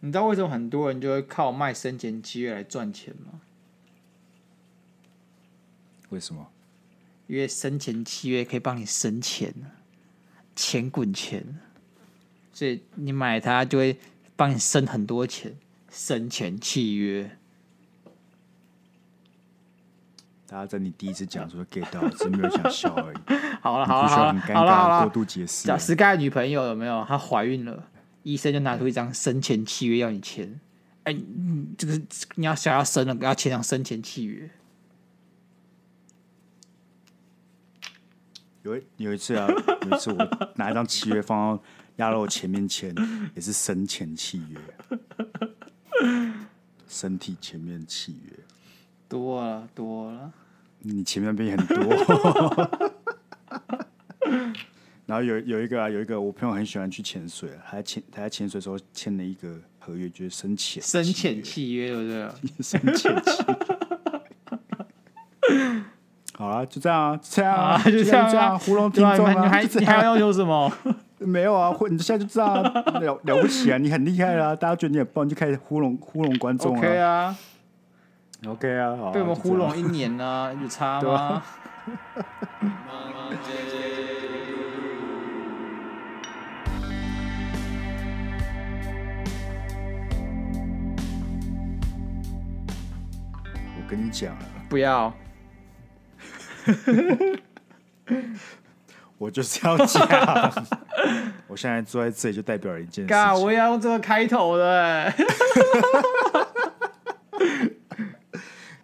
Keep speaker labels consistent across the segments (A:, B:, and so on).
A: 你知道为什么很多人就会靠卖生前契约来赚钱吗？
B: 为什么？
A: 因为生前契约可以帮你生钱啊，钱滚钱啊，所以你买它就会帮你生很多钱，生前契约。
B: 大家在你第一次讲说 get 到，只是没有想笑而已，
A: 好了
B: 你
A: 好了
B: 不需
A: 好
B: 要
A: 了
B: 很尴
A: 好了好
B: 尬地
A: 了
B: 过，度解释
A: 假。设盖女朋友有没有？她怀孕了，医生就拿出一张生前契约要你签。哎、嗯这个你要想要生了，要签张生前契约。
B: 有一有一次啊，有一次我拿一张契约放到鸭肉前面签，也是生前契约，身体前面契约，
A: 多了多了，
B: 你前面那边也很多。 然后有有一个啊，有一个我朋友很喜欢去潜水啊，他在潜他在潜水的时候签了一个合约，就是生前
A: 生
B: 契
A: 前
B: 约
A: 契约对不对？
B: 生前气。好啦，就这样啊，这样啊，
A: 就这
B: 这
A: 样
B: 这
A: 啊
B: 样，糊弄听
A: 对啊，你
B: 众
A: 还你
B: 啊，
A: 还
B: 就这
A: 你还
B: 样。
A: 要求什么？
B: 没有啊，或你现在就这样啊，了了不起啊，你很厉害啦，大家觉得你很棒，就开始糊弄糊弄观众
A: OK
B: 了。
A: 啊，
B: OK 啊，好啊
A: 被我们
B: 就这
A: 糊
B: 样
A: 弄一年啊，有 差
B: 对
A: 吗？
B: 我跟你讲啊，
A: 不要，
B: 我就是要讲。我现在坐在这里就代表了一件 事
A: 嘎，
B: 情。
A: 我也要用这个开头的、欸。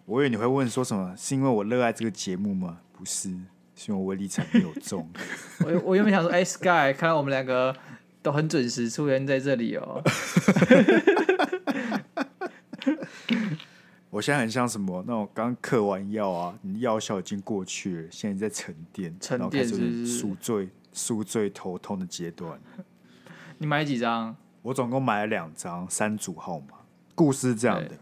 B: 我以为你会问说什么，是因为我热爱这个节目吗？不是，是因为我立场没有 中。
A: 我我原本想说，哎、s k y 看到我们两个都很准时出现在这里哦。
B: 我现在很像什么那种刚嗑完药啊，你药效已经过去了，现在在沉淀，
A: 沉淀
B: 然后开始
A: 是
B: 有
A: 不是
B: 点宿醉、宿醉头痛的阶段。
A: 你买几张？
B: 我总共买了两张三组号码，故事是这样的
A: 对。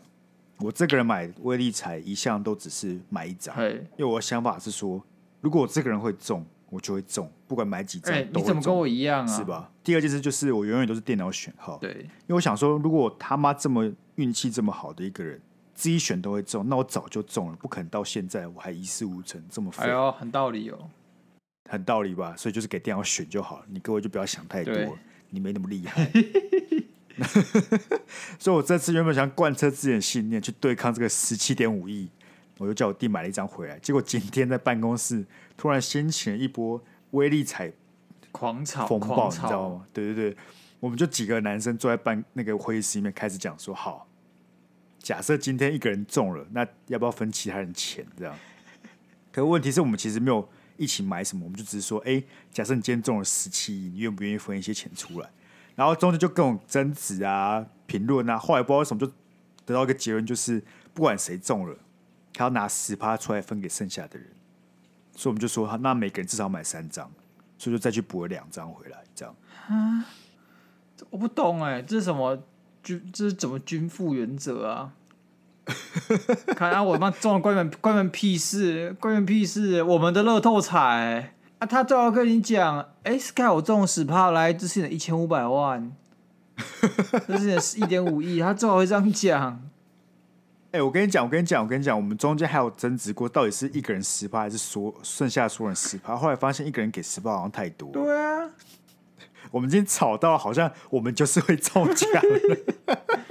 B: 我这个人买威力彩一向都只是买一张，
A: 嘿，
B: 因为我的想法是说，如果我这个人会中，我就会中，不管买几张
A: 哎、你
B: 都会
A: 怎么跟
B: 中，
A: 我一样啊？
B: 是？吧？第二件事就是我永远都是电脑选号，
A: 对，
B: 因为我想说，如果我他妈这么运气这么好的一个人，自己选都会中，那我早就中了，不可能到现在我还一事无成，这么废，
A: 哎呦，很道理哦。
B: 很道理吧？所以就是给电脑选就好了，你各位就不要想太多
A: 对，
B: 你没那么厉害。 所以我这次原本想贯彻自己的信念去对抗这个十七点五亿，我就叫我弟买了一张回来，结果今天在办公室突然掀起了一波威力彩
A: 狂吵，
B: 风暴，
A: 狂
B: 你知道
A: 吵，
B: 吗？对对对，我们就几个男生坐在办那个会议室里面开始讲说，好，假设今天一个人中了，那要不要分其他人钱？这样。可问题是我们其实没有一起买什么，我们就只是说，哎、假设你今天中了十七亿，你愿不愿意分一些钱出来？然后中间就各种争执啊、评论啊，后来不知道为什么就得到一个结论，就是不管谁中了，他要拿十趴出来分给剩下的人。所以我们就说，好那每个人至少买三张，所以就再去补了两张回来，这样。
A: 我不懂哎、这是什么均？这是怎么均富原则啊？ 看啊，我妈中了关你们关你们屁事，关你们屁事！我们的乐透彩、啊，他最好跟你讲，哎、s k y 我中十趴，来，这是你的一千五百万， 这是你的一点五亿，他最好会这样讲。
B: 哎、我跟你讲，我跟你讲，我跟你讲，我们中间还有争执过，到底是一个人十趴还是所剩下所有人十趴？后来发现一个人给十趴好像太多，
A: 对啊，
B: 我们今天吵到好像我们就是会中奖了。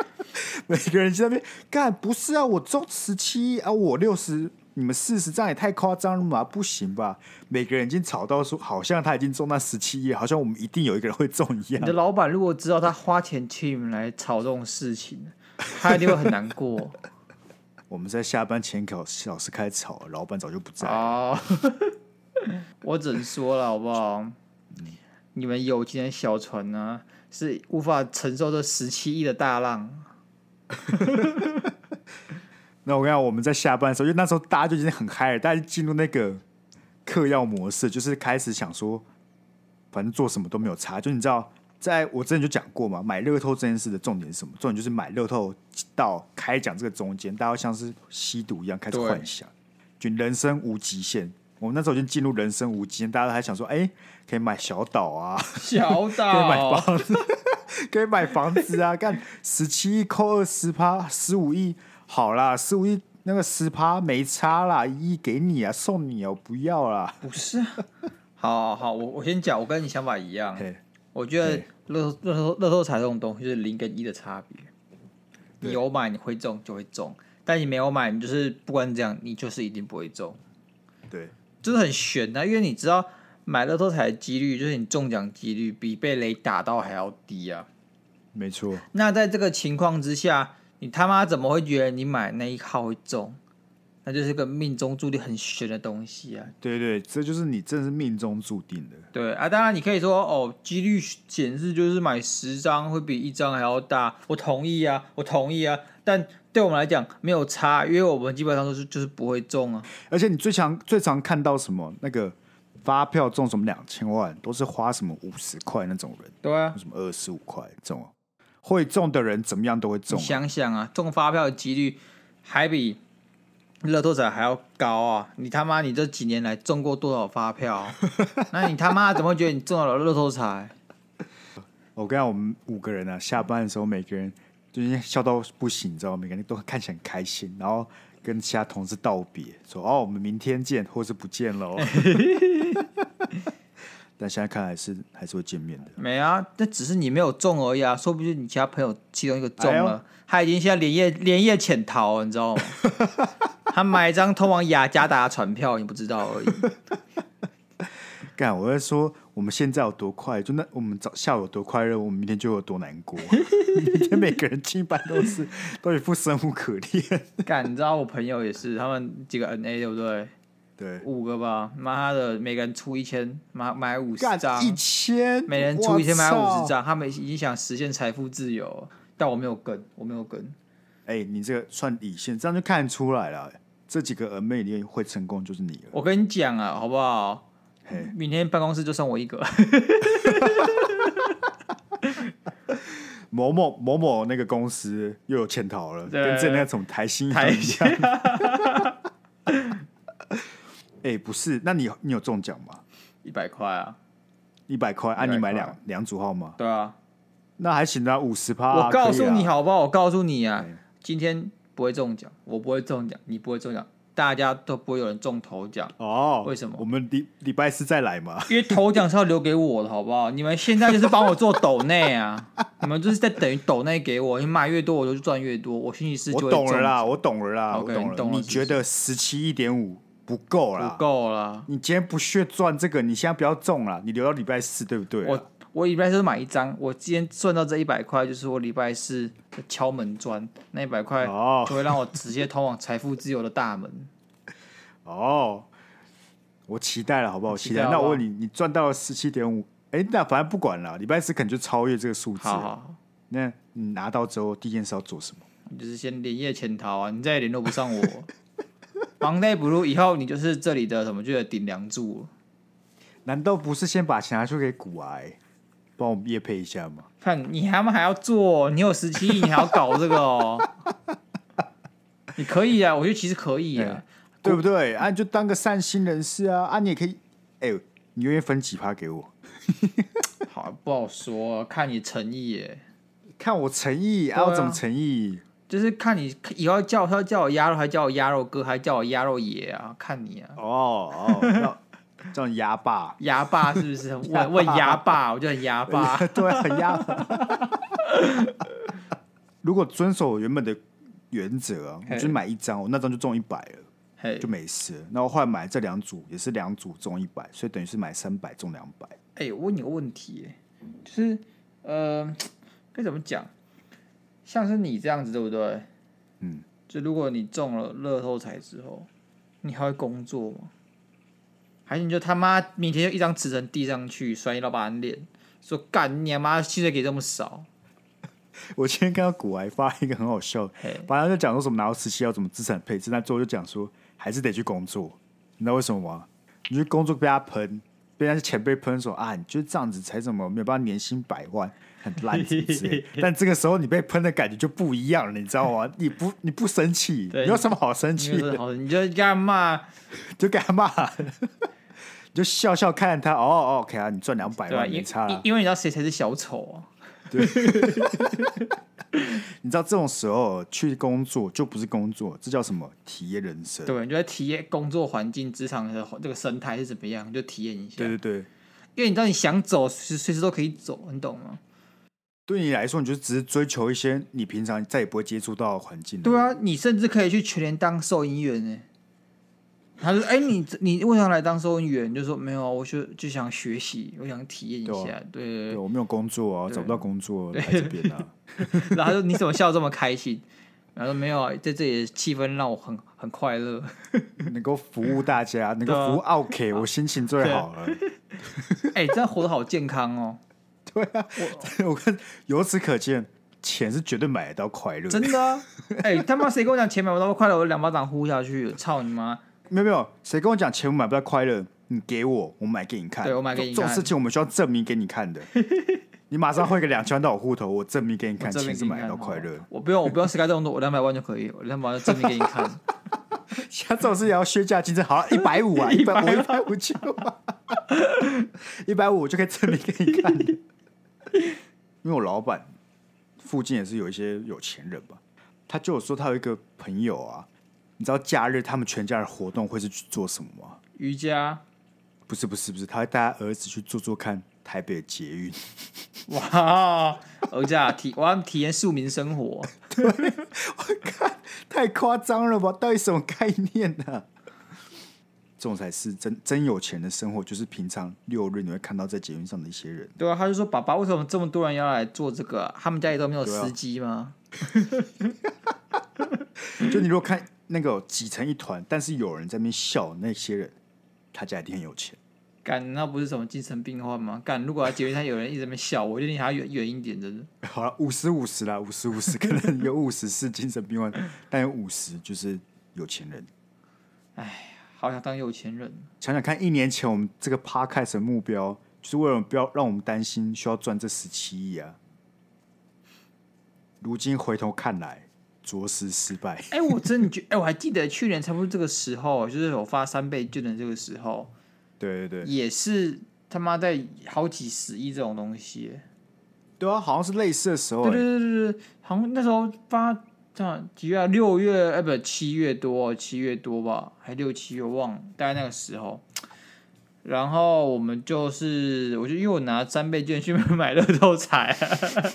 B: 每个人在那边干不是啊，我中十七啊，我六十，你们四十，这样也太夸张了嘛，不行吧？每个人已经吵到说，好像他已经中那十七亿，好像我们一定有一个人会中一
A: 你的
B: 样。
A: 老板如果知道他花钱请你们来吵这种事情，他一定会很难过。
B: 我们在下班前考老师开始吵，老板早就不在了。
A: 哦， 我只能说了，好不好？你们有钱的小船呢、是无法承受这十七亿的大浪。
B: 那我跟你讲，我们在下班的时候，因为那时候大家就已经很嗨了，大家就进入那个嗑药模式，就是开始想说，反正做什么都没有差。就你知道，在我之前就讲过嘛，买乐透这件事的重点是什么？重点就是买乐透到开奖这个中间，大家像是吸毒一样开始
A: 对
B: 幻想，就人生无极限。我们那时候已经进入人生无极限，大家还想说，哎、可以买小岛啊，
A: 小
B: 可以买
A: 岛，
B: 房子， 可以买房子 啊！干十七亿扣二十趴，十五亿好啦，十五亿那个十趴没差啦，一亿给你啊，送你哦、不要啦。
A: 不是啊，好好好，我我先讲，我跟你想法一样，
B: 嘿，
A: 我觉得
B: 对
A: 乐透乐透乐透彩这种东西就是零跟一的差别，你
B: 对
A: 有买你会中就会中，但你没有买，你就是不管怎样，你就是一定不会中，
B: 对
A: 就是很悬啊的、因为你知道买乐透彩的几率，就是你中奖几率比被雷打到还要低啊。
B: 没错，
A: 那在这个情况之下，你他妈怎么会觉得你买那一号会中？那就是个命中注定很悬的东西啊！
B: 对对，这就是你真的是命中注定的。
A: 对啊，当然你可以说哦，几率显示就是买十张会比一张还要大，我同意啊，我同意啊。但对我们来讲没有差，因为我们基本上都是就是不会中啊。
B: 而且你最常最常看到什么那个发票中什么两千万，都是花什么五十块那种人，
A: 对啊，
B: 什么二十五块这种，会中的人怎么样都会中
A: 你
B: 啊、
A: 想想啊，中发票的几率还比乐透彩还要高啊！你他妈你这几年来中过多少发票 啊、那你他妈怎么会觉得你中了乐透彩？
B: 我跟你讲，我们五个人啊，下班的时候每个人就是笑到不行，你知道吗？每个人都看起来很开心，然后跟其他同事道别，说：“哦，我们明天见，或是不见喽。”但现在看来是还是会见面的。
A: 没啊，那只是你没有中而已啊，说不定你其他朋友其中一个中
B: 哎
A: 了，
B: 呦
A: 他已经现在连夜连夜潜逃了，你知 道吗？他买一张通往雅加达的船票，你不知道而已。
B: 干，我在说我们现在有多快，就那我们早下午有多快乐，我们明天就有多难过。明天每个人进班都是都已不生无可恋。
A: 干，你知道我朋友也是，他们几个 NA 对不对？
B: 对，
A: 五个吧，妈的，每个人出一千，买买五十
B: 干
A: 张，
B: 一千，
A: 每人出一千买五
B: 我
A: 十
B: 操。
A: 张，他们已经想实现财富自由了，但我没有跟，我没有跟。
B: 哎、你这个算底线，这样就看得出来了。这几个 M 妹里面会成功就是你了。
A: 我跟你讲啊，好不好
B: 嘿？
A: 明天办公室就剩我一个。
B: 某某某某那个公司又有潜逃了，
A: 对
B: 跟这那个什么 台新一样
A: 台
B: 一样。哎、不是，那你你有中奖吗？
A: 一百块啊，
B: 一百块，啊，
A: 100
B: 你
A: 块
B: 买两两组号吗？
A: 对啊，
B: 那还行啊，五十趴。
A: 我告
B: 可以
A: 诉
B: 啊
A: 你好不好？我告诉你啊
B: 对，
A: 今天不会中奖，我不会中奖，你不会中奖，大家都不会有人中头奖，
B: 哦，
A: 为什么
B: 我们礼礼拜四再来嘛？
A: 因为头奖是要留给我的，好不好？你们现在就是帮我做抖内啊，你们就是在等于抖内给我，你买越多我就赚越多，我星期四
B: 我
A: 就会
B: 懂
A: 中
B: 了啦，我懂了啦，我
A: OK，
B: 懂
A: 你懂了
B: 你
A: 是不
B: 觉
A: 是
B: 得十七一点五不够啦？
A: 不够了。
B: 你今天不屑赚这个，你现在不要中了，你留到礼拜四，对不对啊？
A: 我我礼拜四买一张，我今天赚到这一百块，就是我礼拜四的敲门砖，那一百块
B: 哦
A: 就会让我直接通往财富自由的大 门。
B: 哦，我期待了，好不好？我
A: 期
B: 期
A: 待
B: 待。
A: 好不
B: 那
A: 好
B: 我问你，你赚到了十七点五，哎，那反正不管了，礼拜四可能就超越这个数字。
A: 好好好。
B: 那你拿到之后，第一件事要做什么？
A: 你就是先连夜潜逃啊，你再也联络不上我。 房内不入以后，你就是这里的什么就的顶梁柱了。
B: 难道不是先把钱拿去给古癌，帮我们夜配一下吗？
A: 看你他妈还要做，你有十七亿，你还要搞这个哦？ 你可以啊，我觉得其实可以啊。
B: 对不对？啊，你就当个善心人士啊！啊，你也可以，哎、你愿意分几趴给我？
A: 好，不好说、看你诚意耶，
B: 看我诚意，
A: 对
B: 啊，
A: 啊
B: 我怎么诚意？
A: 就是看你以后叫他叫我鸭肉，还叫我鸭肉哥，还叫我鸭肉爷啊，看你啊。
B: 哦 哦，要这种压霸，
A: 鸭爸是不是？
B: 鸭爸
A: 问问鸭爸，我就很 鸭 爸。
B: 对啊，压霸。如果遵守我原本的原则啊，我
A: 嘿
B: 就买一张，我那张就中一百了，
A: 嘿
B: 就，没事了。那我后来买这两组，也是两组中一百，所以等于是买三百中两百。
A: 哎、我问你个问题耶、就是呃，该怎么讲？像是你这样子，对不对？
B: 嗯，
A: 就如果你中了乐透彩之后，你还会工作吗？还是你就他妈明天就一张纸人递上去，甩你老板脸，说干你妈薪水给这么少？
B: 我今天看到古癌发一个很好笑的，
A: 嘿，
B: 反正就讲说什么拿到十七要怎么资产配置，那最后就讲说还是得去工作，你知道为什么吗？你去工作被他喷，被那些前辈喷说啊，你就是这样子才怎么没有办法年薪百万，很烂什么 之类的。但这个时候你被喷的感觉就不一样了，你知道吗？你不你不生气，
A: 对
B: 你有什么好生
A: 你
B: 气
A: 就是
B: 的？
A: 好，你就干嘛？
B: 就给他骂， 你就笑笑看着他，哦哦，OK 啊，你赚两百
A: 对吧？
B: 万
A: 因
B: 没差
A: 因
B: 啦。
A: 因为你知道谁才是小丑啊？
B: 你知道这种时候去工作就不是工作，这叫什么？体验人生。
A: 对，你就在体验工作环境、职场的这个生态是怎么样，你就体验一下。
B: 对对对，
A: 因为你知道你想走，随随时都可以走，你懂吗？
B: 对你来说，你就只是追求一些你平常再也不会接触到的环境。
A: 对，啊，你甚至可以去全联当收银员呢、他说：“哎、你你为啥来当收银员？”你就说：“没有啊，我就就想学习，我想体验一
B: 对啊
A: 下。”对对
B: 对我没有工作啊，
A: 对
B: 找不到 工作来这边啊。
A: 对。然后他说：“你怎么笑得这么开心？”然后说：“没有啊，在这里的气氛让我很很快乐。
B: 能够服务大家，能够
A: 对啊啊
B: 服务 OK，我心 情最好了。
A: 哎，这样活得好健康哦，
B: 我看由此可见，钱是绝对买得到快 乐。
A: 真的啊！哎，他妈谁跟我讲钱买不到快乐，我两巴掌呼下去，操你妈！
B: 没有没有，谁跟我讲钱买不到快乐？你给我，我买给你看。
A: 对我买给你
B: 这种
A: 看
B: 事情我们需要证明给你 看的。你马上汇个两千万到我户头，我证明给你看，
A: 我证明
B: 钱
A: 给
B: 是
A: 你
B: 买得
A: 看
B: 到
A: 哦
B: 快乐。
A: 我不用，我不用 Sky 这种多，我两百万就可以，我两百万证明给你 看。
B: 像这种事情要削价竞争，好 了，一百五啊，一百我一百五就，一百五我就可以证明给你看的。因为我老板附近也是有一些有钱人吧，他就有说他有一个朋友啊，你知道假日他们全家的活动会是去做什么吗？
A: 瑜伽，
B: 不是不是不是，他会带他儿子去做做看台北的捷运，
A: 哇，儿子啊，体我要体验庶民生活，
B: 太夸张了吧？到底什么概念呢、啊？这种才是真真有钱的生活，就是平常六日你会看到在捷运上的一些人。
A: 对啊，他就说爸爸，为什么这么多人要来做这个啊、他们家里都没有司机
B: 啊
A: 吗？
B: 就你如果看那个挤成一团，但是有人在那边笑，那些人他家一定很有钱。
A: 干，那不是什么精神病患吗？干，如果要结婚，他有人一直在那边笑，我就离他远远一点，真的。
B: 好了，五十五十啦，五十 五十，可能有五十是精神病患，但有五十就是有钱人。
A: 好想当有钱人，
B: 想想看，一年前我们这个 podcast 的目标，就是为了不要让我们担心需要赚这十七亿啊。如今回头看来，着实失败。
A: 哎、我真的觉，哎、我还记得去年差不多这个时候，就是我发三倍券的这个时候，
B: 对对对，
A: 也是他妈在好几十亿这种东西耶、
B: 对啊，好像是类似的时候、
A: 对对对对对，好像那时候发这样几月啊？六月哎，不七月多，七月多吧，还六七月我忘了，大概那个时候。然后我们就是，我就因为我拿三倍券去买乐透彩、 啊，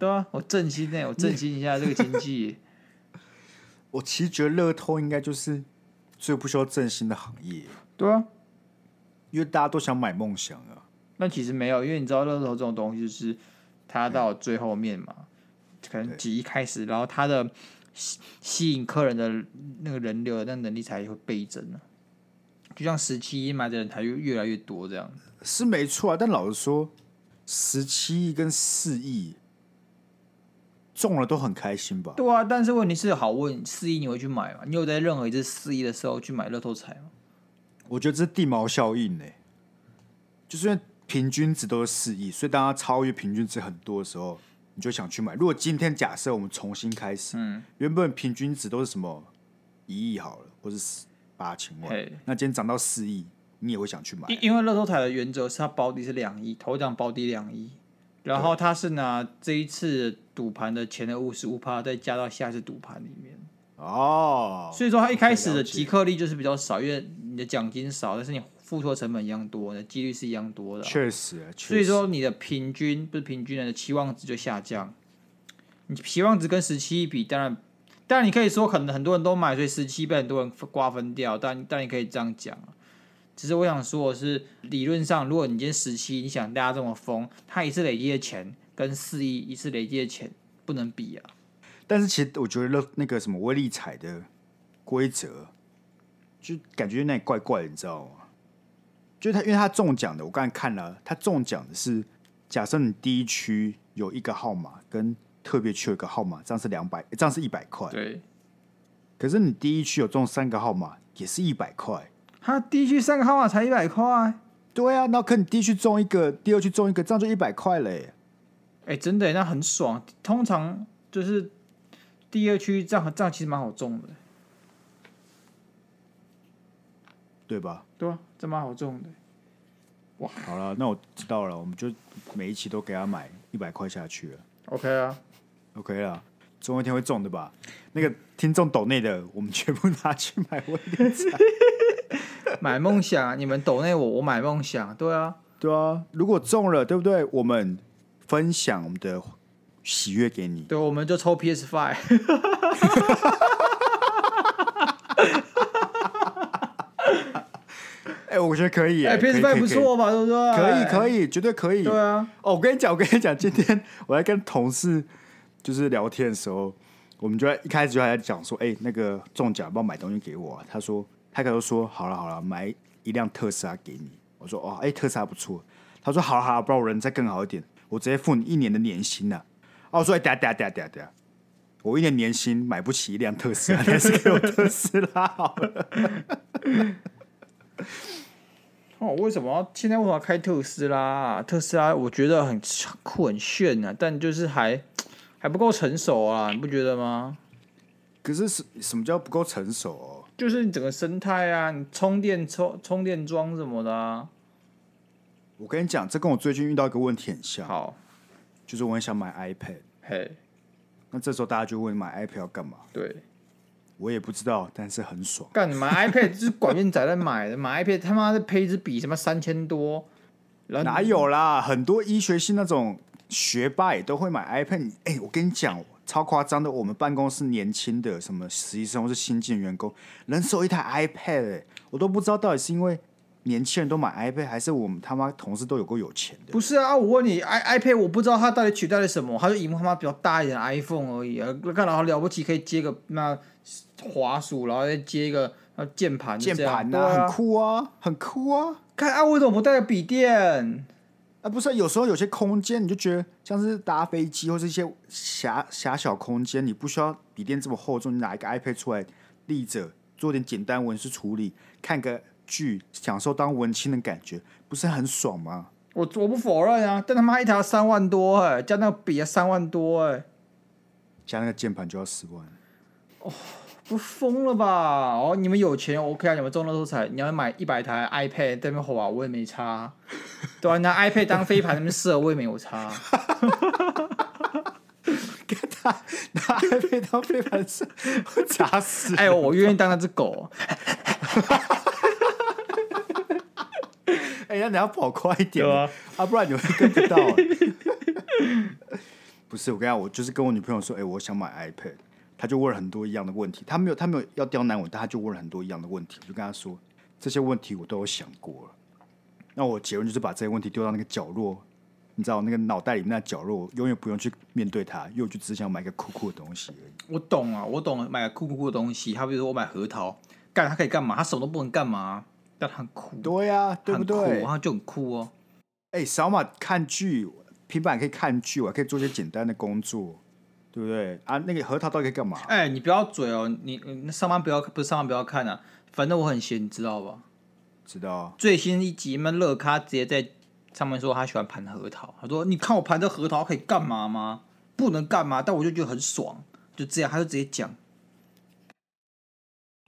A: 对啊，我振兴呢、我振兴一下这个经济。
B: 我其实觉得乐透应该就是最不需要振兴的行业。
A: 对啊，
B: 因为大家都想买梦想啊。
A: 那其实没有，因为你知道乐透这种东西就是它到最后面嘛，可能
B: 对
A: 几一开始，然后它的吸吸引客人的那个人流的那能力才会倍增呢、就像十七亿买的人才越越来越多这样子，
B: 是没错啊，但老实说，十七亿跟四亿中了都很开心吧？
A: 对啊，但是问题是，好问四亿你会去买吗？你有在任何一次四亿的时候去买乐透彩吗？
B: 我觉得这是地毛效应呢、就是因为平均值都是四亿，所以当它超越平均值很多的时候，你就想去买。如果今天假设我们重新开始，
A: 嗯，
B: 原本平均值都是什么一亿好了，或是八千万
A: 嘿，
B: 那今天涨到四亿，你也会想去买。
A: 因因为乐透彩的原则是它保底是两亿，头奖保底两亿，然后它是拿这一次赌盘的钱的五十五趴再加到下一次赌盘里面。
B: 哦，
A: 所以说，它一开始的
B: 了解
A: 集客力就是比较少，因为你的奖金少，但是你付出的成本一样多，你的几率是一样多的啊。
B: 确实，确实
A: 所以说，你的平均不是平均人的期望值就下降。你期望值跟十七比，当然，当然你可以说可能很多人都买，所以十七被很多人瓜分掉，但但你可以这样讲啊。只是我想说的是，理论上，如果你今天十七，你想大家这么疯，他一次累积的钱跟四亿一次累积的钱不能比啊。
B: 但是其实我觉得乐那个什么威力彩的规则，就感觉那里怪怪的，你知道吗？就是他，因为他中奖的，我刚才看了，他中奖的是假设你第一区有一个号码，跟特别区有一个号码，这样是两百，这样是一百块。
A: 对，
B: 可是你第一区有中三个号码，也是一百块。
A: 他地区三个号码才一百块。
B: 对啊，那可你第一区中一个，第二区中一个，这样就一百块嘞、
A: 哎、真的耶，那很爽。通常就是第二区这样，这样其实蛮好中的，
B: 对吧？啊
A: 对吧、这蛮好中的。哇
B: 好了，那我知道了，我们就每一期都给他买一百块下去了
A: ，OK 啊，
B: ，OK 了。总有一天会中的吧？那个听众抖内的，我们全部拿去买威力彩。
A: 买梦想啊，你们抖内我，我买梦想，对啊，
B: 对啊，如果中了，对不对？我们分享我们的喜悦给你。
A: 对，我们就抽 PS Five，
B: 哎、我觉得可以耶、
A: 哎
B: 可以
A: ，PS
B: 可
A: Five
B: 以
A: 不错吧，对不对？
B: 可以，可以，绝对可以。
A: 对啊，
B: 哦，我跟你讲，我跟你讲，今天我在跟同事就是聊天的时候，我们就在一开始就还在讲说，哎、那个中奖要不要买东西给我、啊？他说，他跟我说，好了好了，买一辆特斯拉给你。我说，哦，哎、特斯拉不错。他说，好了好了，不然我人再更好一点，我直接付你一年的年薪呐、啊。哦，我说，哎、等下等下等下等下等下，我一年年薪买不起一辆特斯拉，但是给我特斯拉好了。
A: 哦，为什么要现在为什么要开特斯拉、啊？特斯拉我觉得很酷很炫啊，但就是还还不够成熟啊，你不觉得吗？
B: 可是什什么叫不够成熟、哦？
A: 就是你整个生态啊，你充电充充电桩什么的啊。
B: 我跟你讲，这跟我最近遇到一个问题很像。
A: 好，
B: 就是我很想买 iPad。
A: 嘿，
B: 那这时候大家就问买 iPad 要干嘛？
A: 对，
B: 我也不知道，但是很爽。
A: 干你 买 iPad 就是管院仔在买的，买 iPad 他妈的配置比什么三千多，然后
B: 哪有啦？很多医学系那种学霸也都会买 iPad 你。哎、我跟你讲，超夸张的。我们办公室年轻的什么实习生或是新进员工，人手一台 iPad，、欸、我都不知道到底是因为年轻人都买 iPad，还是我们他妈同事都有够有钱的。
A: 不是啊？我问你，i iPad 我不知道它到底取代了什么，它就荧幕他妈比较大一点的 iPhone 而已啊，干好了不起可以接个那滑鼠，然后再接一个呃键盘，就
B: 键
A: 这样
B: 盘
A: 对
B: 呐、
A: 啊，
B: 很酷啊，很酷啊。
A: 看啊，为什么不带个笔电？
B: 啊，不是啊、有时候有些空间你就觉得像是搭飞机或是一些狭狭小空间，你不需要笔电这么厚重，你拿一个 iPad 出来立着，做点简单文字处理，看个剧，享受当文青的感觉，不是很爽吗？
A: 我我不否认啊，但他妈一台三万多哎、加那个笔啊三万多哎、
B: 加那个键盘就要十 万，
A: 不疯了吧？哦，你们有钱 OK 啊，你们中乐透彩，你要买一百台 iPad 在那边滑，我也没 差。对啊，拿 iPad 当飞盘在那边射，我也没有差。
B: 给他拿 iPad 当飞盘射，会 砸死。
A: 哎呦，我愿意当那只狗。
B: 哎、呀，你要跑快一点
A: 对啊，
B: 啊，不然你会跟不 到、欸不是，我跟你讲，我就是跟我女朋友说，哎、我想买 iPad，她就问了很多一样的问题，她没有，她没有要刁难我，但她就问了很多一样的问题，我就跟她说，这些问题我都有想过了，那我结论就是把这些问题丢到那个角落，你知道那个脑袋里面的角落，我永远不用去面对它，因为我就只想买一个酷酷的东西而已。
A: 我懂啊，我懂买酷酷酷的东西，他比如说我买核桃，干它可以干嘛？它什么都不能干嘛，但它很酷，
B: 对呀、对
A: 它
B: 不
A: 很
B: 对
A: 酷，？它就很酷哦。
B: 哎、扫码看剧，平板可以看剧，我还可以做一些简单的工作，对不对？啊，那个核桃到底可以干嘛？
A: 哎、你不要嘴哦，你你上班不要不是上班不要看啊，反正我很闲，你知道吧？
B: 知道？
A: 最新一集，那乐咖直接在上面说他喜欢盘核桃，他说：“你看我盘这核桃可以干嘛吗？不能干嘛，但我就觉得很爽，就这样，他就直接 讲。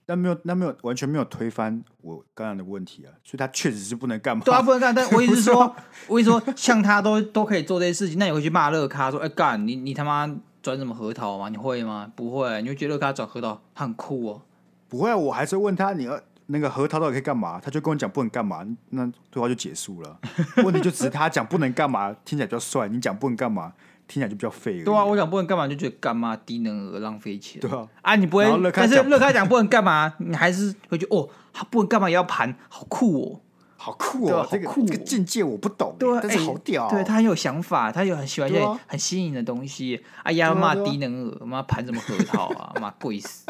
B: 那没有，那没有，完全没有推翻我刚刚的问题啊，所以他确实是不能干嘛？
A: 对啊，不能干，但我意思是说，我意思说，像他都都可以做这些事情，那你会去骂乐咖说：‘哎、干你你他妈转什么核桃吗？你会吗？不会，你会觉得乐咖转核桃他很酷哦。
B: 不会啊，我还是问他，你要那个核桃到底可以干嘛？他就跟我讲不能干嘛，那对话就结束了。问题就只是他讲不能干嘛，听起来比较帅；你讲不能干嘛，听起来就比较废而已。’
A: 对啊，我想不能干嘛，就觉得干嘛低能儿浪费钱。
B: 对啊，
A: 啊，你不会
B: 然后，乐咖
A: 但是
B: 讲
A: 乐咖讲不能干嘛，你还是会觉得哦，他不能干嘛也要盘，好酷哦。
B: 好酷
A: 对
B: 哦
A: 啊，
B: 这个
A: 好酷哦
B: 这个境界我不懂，
A: 对啊，
B: 但是
A: 哎
B: 好屌哦。
A: 对他很有想法，他有很喜欢一些
B: 对啊
A: 很新颖的东西。哎呀，
B: 对啊
A: 妈
B: 对啊
A: 低能儿，妈盘什么核桃啊， 妈贵死！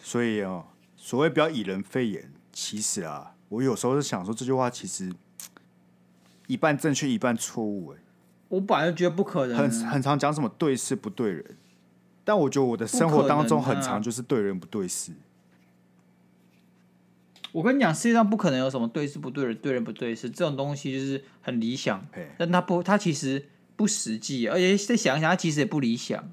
B: 所以哦，所谓不要以人废言，其实啊，我有时候是想说这句话其实一半正确一半错误、欸，
A: 我本来就觉得不可能
B: 很
A: 啊，
B: 很常讲什么对事不对人，但我觉得我的生活当中
A: 不可能啊
B: 很常就是对人不对事，
A: 我跟你讲，世界上不可能有什么对事不对人，对人不对事这种东西，就是很理想
B: 嘿，
A: 但他不，他其实不实际，而且再想一想，他其实也不理想。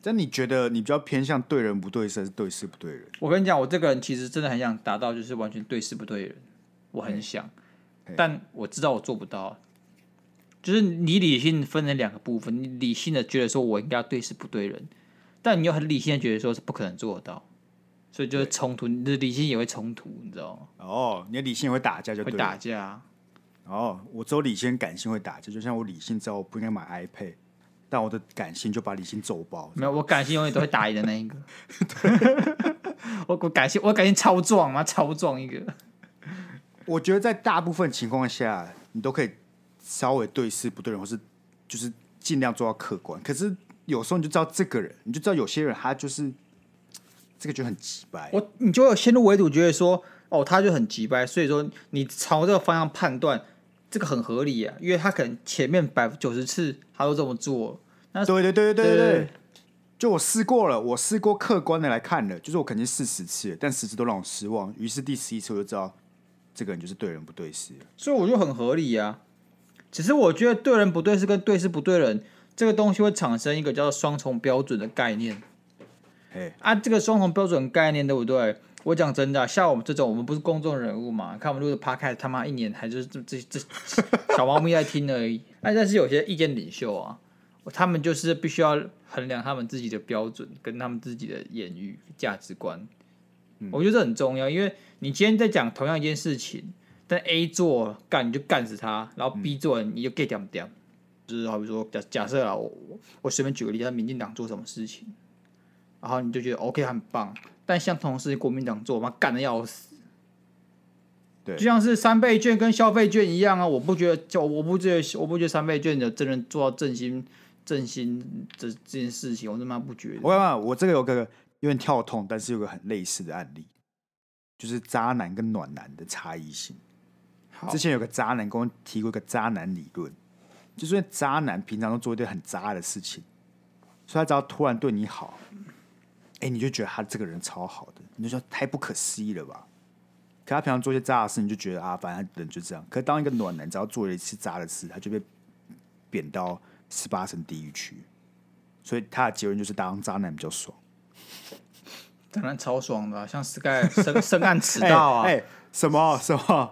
B: 但你觉得你比较偏向对人不对事，还是对事不对人？
A: 我跟你讲，我这个人其实真的很想达到，就是完全对事不对人，我很想
B: 嘿，
A: 但我知道我做不到。就是你理性分成两个部分，你理性的觉得说我应该要对事不对人，但你又很理性的觉得说是不可能做得到，所以就是冲突，你的理性也会冲突，你知道吗？
B: 哦，你的理性会打架就
A: 会
B: 对
A: 打
B: 了。
A: 架啊，
B: 哦，我只有理性跟感性会打架，就像我理性知道我不应该买 iPad，但我的感性就把理性揍爆。
A: 没有，我感性永远都会打赢的那一个。 我我感性，我感性超壮嘛，超壮一个。
B: 我觉得在大部分情况下，你都可以稍微对事不对人，或是就是尽量做到客观。可是有时候你就知道这个人，你就知道有些人他就是这个就很急白。
A: 我你就会有先入为主，觉得说哦，他就很急掰，所以说你朝这个方向判断，这个很合理啊，因为他可能前面百分九十次他都这么做，那
B: 对对对对对
A: 对
B: 对
A: 对对
B: 就我试过了，我试过客观的来看了，就是我肯定试十次了，但十次都让我失望。于是第十一次我就知道，这个人就是对人不对事。
A: 所以我就很合理啊。只是我觉得对人不对事跟对事不对人这个东西会产生一个叫做双重标准的概念
B: 嘿，
A: 啊，这个双重标准概念对不对？我讲真的啊、像我们这种，我们不是公众人物嘛？看我们录的 podcast，他妈一年还就是这这这小猫咪在听而已。 哎，但是有些意见领袖啊，他们就是必须要衡量他们自己的标准跟他们自己的言语价值观。
B: 嗯
A: 我觉得这很重要，因为你今天在讲同样一件事情，但 A 做干你就干死他，然
B: 嗯
A: 后 B 做你就 get 掉掉。就是好比说假假设啊，我我我随便举个例子，民进党做什么事情，然后你就觉得 OK 很棒，但相同的事情国民党做，妈干的要死。
B: 对
A: 就像是三倍券跟消费券一样啊，我不觉得，就我不觉得，我不觉得三倍券的真的做到振兴振兴这这件事情，我他妈不觉得。
B: 我看我这个有个有点跳痛，但是有个很类似的案例，就是渣男跟暖男的差异性。
A: 好
B: 之前有个渣男跟我提过一个渣男理论，就是因为渣男平常都做一堆很渣的事情，所以他只要突然对你好，哎、你就觉得他这个人超好的，你就说太不可思议了吧？可他平常做一些渣的事，你就觉得啊，反正他人就这样。可当一个暖男只要做了一次渣的事，他就被贬到十八层地狱去。所以他的结论就是当渣男比较爽。
A: 当然超爽的啊、像 Sky 深深 暗迟到啊，
B: 哎、哎什么什么？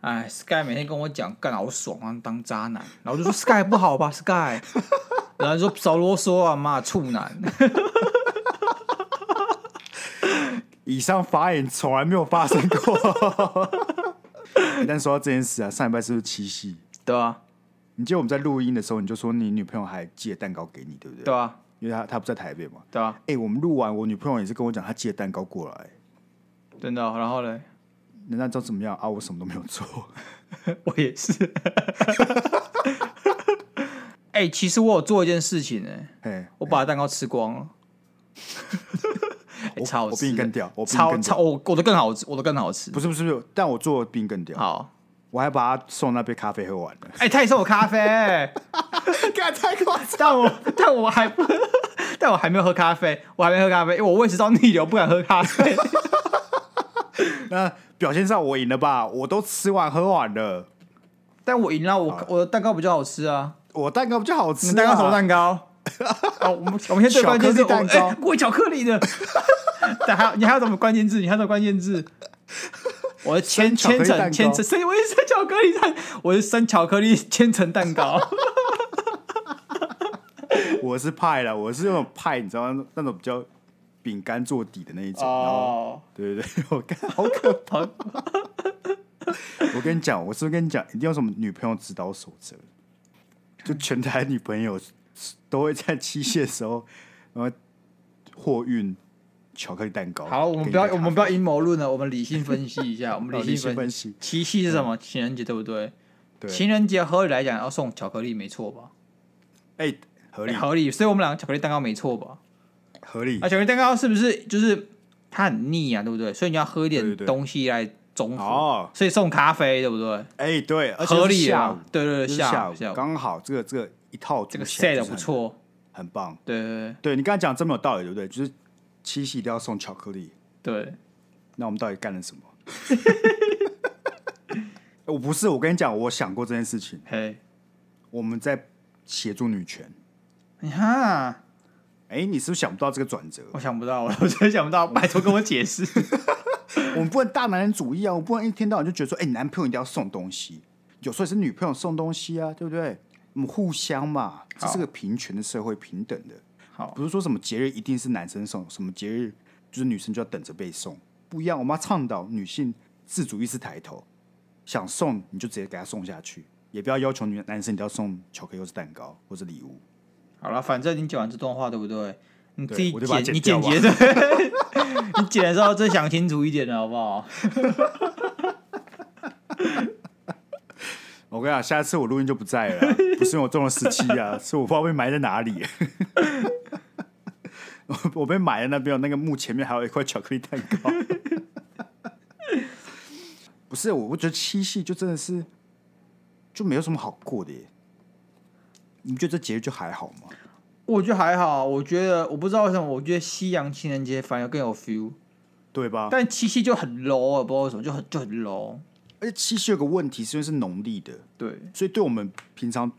A: 哎，Sky 每天跟我讲干好爽啊，当渣男，然后我就说 Sky 不好吧，Sky，然后就说少啰嗦啊，妈处男，
B: 以上发言从来没有发生过。欸 但说到这件事啊，上礼拜是不是七夕？
A: 对啊，
B: 你记得我们在录音的时候，你就说你女朋友还寄了蛋糕给你，对不对？
A: 对啊，
B: 因为她她不在台北嘛。
A: 对啊，
B: 哎、我们录完，我女朋友也是跟我讲，她寄了蛋糕过来、
A: 真的哦、然后嘞，
B: 那那知道怎么样啊？我什么都没有做。
A: 我也是，哎、其实我有做一件事情哎、
B: 哎、
A: 我把蛋糕吃光了，哎
B: 我
A: 超好
B: 我
A: 吃
B: 比
A: 的，
B: 你更屌，我比你
A: 超
B: 更屌
A: 超我我的更好吃，我的更好吃，
B: 不是不是不是，但我做的比你更屌，
A: 好，
B: 我还把她送那杯咖啡喝完了。
A: 哎、他也送我咖啡、
B: 干太夸张！
A: 但我但我还不，但我还没有喝咖啡，我还没喝咖啡，因为我胃食道逆流，不敢喝咖啡。
B: 那表现上我赢了吧？我都吃完喝完了，
A: 但我赢了，我我的蛋糕比较好吃啊。
B: 我蛋糕比较好
A: 你
B: 吃、啊。
A: 们蛋糕什么蛋糕？哦，我们我们现在最关键是
B: 巧克力蛋糕
A: 我哎我有巧克力的。 但还有你还有什么关键字？你还有什么关键字？我的千
B: 生巧
A: 千
B: 克力蛋
A: 层
B: 糕
A: 千层，生我是生巧克力蛋，我是生巧克力千层蛋糕。
B: 我是派啦，我是那种派，你知道那种比较饼干做底的那一种。然
A: 哦
B: 后， 对对对，我看好可怕。我跟你讲，我是不是跟你讲，一定要什么女朋友指导守则？就全台女朋友都会在七夕的时候，然后货运巧克力蛋糕。
A: 好，我们不要我们不要阴谋论了，我们理性分析一下，我们
B: 理
A: 理
B: 性
A: 性
B: 分
A: 分
B: 析。
A: 七夕是什么？情人节对不对？
B: 对，
A: 情人节合理来讲要送巧克力没错吧？
B: 哎，合理
A: 欸合理，所以我们两个巧克力蛋糕没错吧？
B: 合理
A: 啊，。巧克力蛋糕是不是就是它很腻啊，对不对？所以你要喝一
B: 对
A: 点
B: 对对
A: 东西来中和，
B: 哦，
A: 所以送咖啡，对不对？
B: 哎，对，而且
A: 合
B: 是
A: 理
B: 下午
A: 啊，，对对
B: 就
A: 对，
B: 是
A: 下
B: 下
A: 午下午
B: 刚好这个这个一套
A: 这个
B: 组起来
A: set
B: 就
A: 得
B: 是
A: 不
B: 很，
A: 错，
B: 很棒。
A: 对对
B: 对你刚才讲这么有道理，对不对？就是七夕一定要送巧克力，
A: 对对，
B: 那我们到底干了什么？ 我不是，我跟你讲，我想过这件事情。
A: 嘿，
B: 我们在协助女权，
A: 你看
B: 哎、你是不是想不到这个转折？
A: 我想不到，我真想不到，拜托跟我解释。
B: 我们不能大男人主义啊！我不能一天到晚就觉得说，哎、你男朋友一定要送东西，有时候也是女朋友送东西啊，对不对？我们互相嘛，这是个平权的社会，平等的。
A: 好，
B: 不是说什么节日一定是男生送，什么节日就是女生就要等着被送，不一样。我妈倡导女性自主意识抬头，想送你就直接给她送下去，也不要要求女男生一定要送巧克力或是蛋糕或是礼物。
A: 好了，反正你讲完这段话，对不对？你自
B: 对
A: 己
B: 我就把它
A: 剪，
B: 剪
A: 你
B: 掉
A: 剪辑
B: 吧
A: 的， 你剪的时候再想清楚一点了，好不好？
B: 我跟你讲，下次我录音就不在了啊，不是因为我中了十七啊，是我不知道被埋在哪里。 我我被埋在那边，那个墓前面还有一块巧克力蛋糕。 不是，我我觉得七夕就真的是就没有什么好过的耶。你们觉得这节日就还好吗？
A: 我觉得还好，我觉得我不知道为什么，我觉得西洋情人节反而更有 feel，
B: 对吧？
A: 但七夕就很 low 啊，不知道为什么就很就很 low。
B: 而且七夕有个问题，是因为是农历的，
A: 对，
B: 所以对我们平常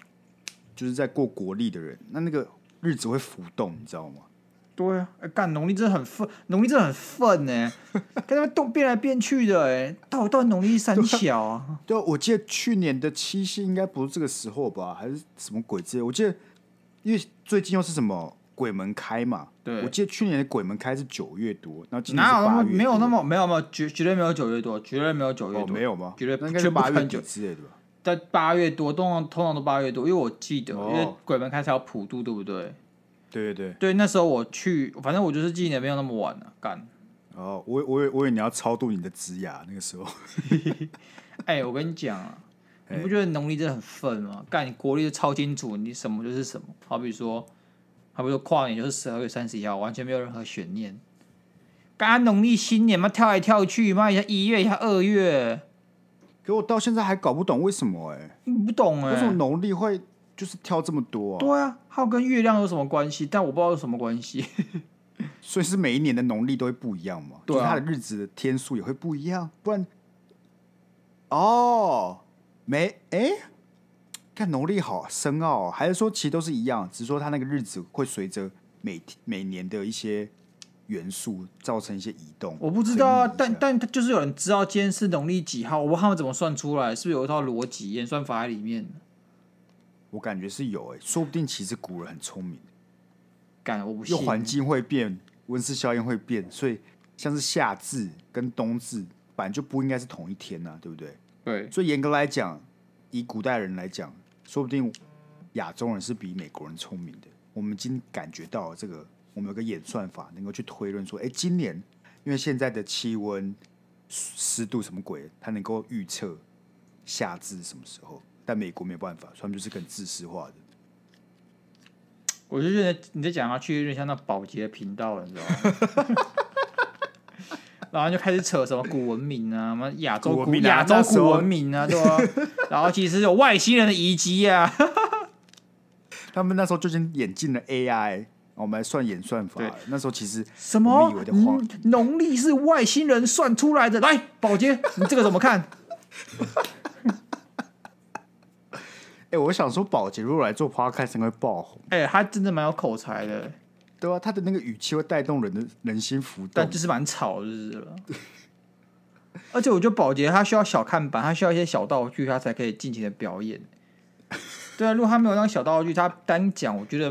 B: 就是在过国历的人，那那个日子会浮动，你知道吗？
A: 对啊，哎干农历真的很愤，农历真的很愤呢、 跟他们动变来变去的哎、到到底农历三小 啊，
B: 对啊，我记得去年的七夕应该不是这个时候吧，还是什么鬼之类。我记得，因为最近又是什么鬼门开嘛，
A: 对
B: 我记得去年的鬼门开是九月多，然后今年是
A: 哪有那
B: 八
A: 么
B: 月多，
A: 没有那么没有没有绝绝对没有九月多，绝对没有九月
B: 哦，
A: 多，
B: 没有吗？
A: 绝对
B: 那应该
A: 绝
B: 是
A: 不
B: 八
A: 可
B: 月
A: 能
B: 底
A: 九
B: 之类的吧？
A: 在八月多，通常通常都八月多，因为我记得，
B: 哦
A: 因为鬼门开始要普渡，对不对？
B: 对对对，
A: 对，那时候我去，反正我就是记得没有那么晚了、干，
B: 哦，我以我以我以为你要超度你的职牙，那个时候
A: 哎、我跟你讲啊，
B: 哎
A: 你不觉得农历真的很愤吗？干，你国历就超清楚，你什么就是什么。好比说，好比说跨年就是十二月三十一号，完全没有任何悬念。干啊农历新年嘛，跳来跳去，妈一下一月一下二月，
B: 可我到现在还搞不懂为什么哎、
A: 你不懂哎、
B: 为什么农历会就是跳这么多啊？
A: 对啊，还有跟月亮有什么关系？但我不知道有什么关系。
B: 所以是每一年的农历都会不一样嘛？
A: 对啊
B: 就是它的日子的天数也会不一样，不然哦，没哎、看农历好深奥、哦，还是说其实都是一样，只是说它那个日子会随着每天每年的一些元素造成一些移动。
A: 我不知道啊，
B: 所以
A: 但但他就是有人知道今天是农历几号，我不知道他们怎么算出来，是不是有一套逻辑演算法在里面？
B: 我感觉是有哎、说不定其实古人很聪明，
A: 干，我不
B: 因
A: 信
B: 为。环境会变，温室效应会变，所以像是夏至跟冬至本来就不应该是同一天啊呐、对不对？
A: 对，
B: 所以严格来讲，以古代人来讲，说不定亚洲人是比美国人聪明的。我们已经感觉到了这个，我们有个演算法能够去推论说，哎、今年因为现在的气温、湿度什么鬼，它能够预测夏至什么时候。但美国没有办法，所以他们就是很自私化的。
A: 我就觉得你在讲下去有点像那保洁频道了，你知道吗？ 然后就开始扯什么古文明啊，什么亚洲
B: 古文
A: 古
B: 明啊
A: 亚洲
B: 那时候
A: 古文明啊，对吧、然后其实有外星人的遗迹啊，
B: 他们那时候就已经演进了 AI，我们来算演算法了。那时候其实
A: 什么
B: 我们以为的话
A: 嗯农历是外星人算出来的。来，保洁，你这个怎么看？
B: 哎、我想说，宝洁如果来做 podcast，应该会爆红，
A: 哎、他真的蛮有口才的，
B: 对吧、他的那个语气会带动人的人心浮动
A: 但。就是蛮吵的，就是了。 而且我觉得保洁他需要小看板，他需要一些小道具，他才可以尽情的表演。对啊，如果他没有那个小道具，他单讲，我觉得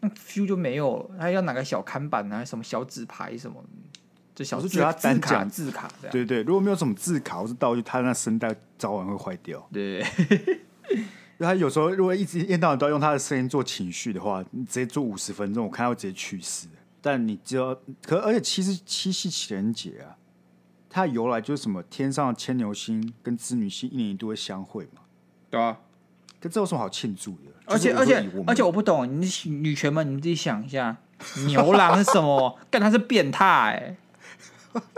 A: 那 feel 就没有了。他要拿个小看板啊，什么小纸牌什么的，就小
B: 我
A: 字
B: 是觉得他
A: 字
B: 单
A: 卡
B: 讲
A: 字卡这样。
B: 对对，如果没有什么字卡或是道具，他那声带早晚会坏掉。
A: 对，
B: 因为他有时候如果一直一天到晚都要用他的声音做情绪的话，你直接做五十分钟，我看到直接去世。但你知道，可而且其实七夕情人节啊，它的由来就是什么天上的牵牛星跟织女星一年一度会相会嘛，
A: 对啊。
B: 可这有什么好庆祝的？
A: 而且
B: 就是
A: 而
B: 我说
A: 且
B: 以我们
A: 而且我不懂，你女权们，你们自己想一下，牛郎是什么？干他是变态、欸。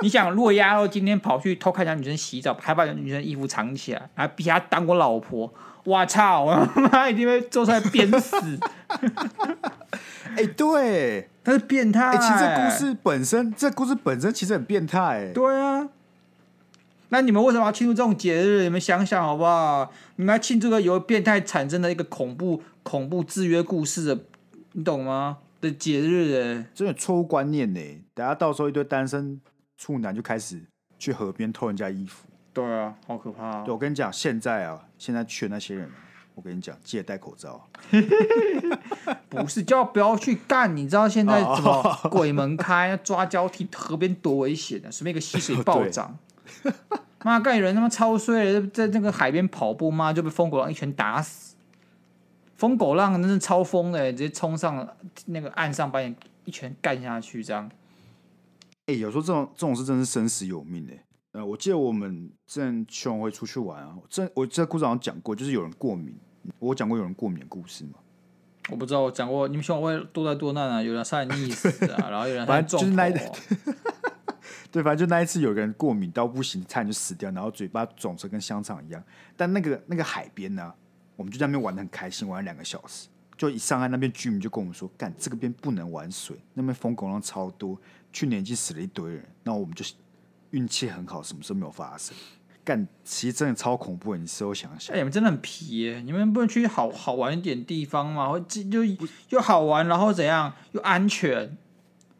A: 你想，若鸭肉今天跑去偷看人家女生洗澡，还把人家女生衣服藏起来，还逼她当我老婆，我操， 我他妈一定被做出来鞭死。
B: 哎、对，
A: 他是变态、欸
B: 哎、其实这故事本身，这故事本身其实很变态、哎
A: 对啊。那你们为什么要庆祝这种节日？你们想想好不好？你们要庆祝个由变态产生的一个恐怖恐怖制约故事的，你懂吗？的节日哎、
B: 真的错误观念呢。等下到时候一堆单身处男就开始去河边偷人家衣服。
A: 对啊，好可怕、
B: 对，我跟你讲，现在啊，现在去的那些人啊，我跟你讲，记得戴口罩。
A: 不是叫不要去干，你知道现在
B: 哦
A: 怎么鬼门开啊 抓交替河边多危险啊！随便一个溪水暴涨，妈干有人他妈超衰的，在那个海边跑步，妈就被疯狗浪一拳打死。疯狗浪真是超疯的、直接冲上那个岸上，把你一拳干下去，这样。
B: 哎、有时候这种这种事真是生死有命哎、呃，我记得我们之前去完会出去玩啊，这我在故事好像讲过，就是有人过敏，我有讲过有人过敏的故事嘛。
A: 我不知道我讲过，你们希望我会多灾多难啊？有人差点溺死啊，然后有人差
B: 反
A: 点
B: 正就
A: 撞
B: 是
A: 头
B: 那一
A: 啊、
B: 对，反正就那一次有个人过敏到不行，差点就死掉，然后嘴巴肿成跟香肠一样。但那个那个海边呢、我们就在那边玩的很开心，玩了两个小时。就一上岸，那边居民就跟我们说：“干，这个边不能玩水，那边疯狗浪超多，去年已经死了一堆人。”那我们就是运气很好，什么事都没有发生。干，其实真的超恐怖的，你事后想想
A: 哎、。你们真的很皮耶、你们不能去好好玩一点地方吗？或这就又好玩，然后怎样又安全？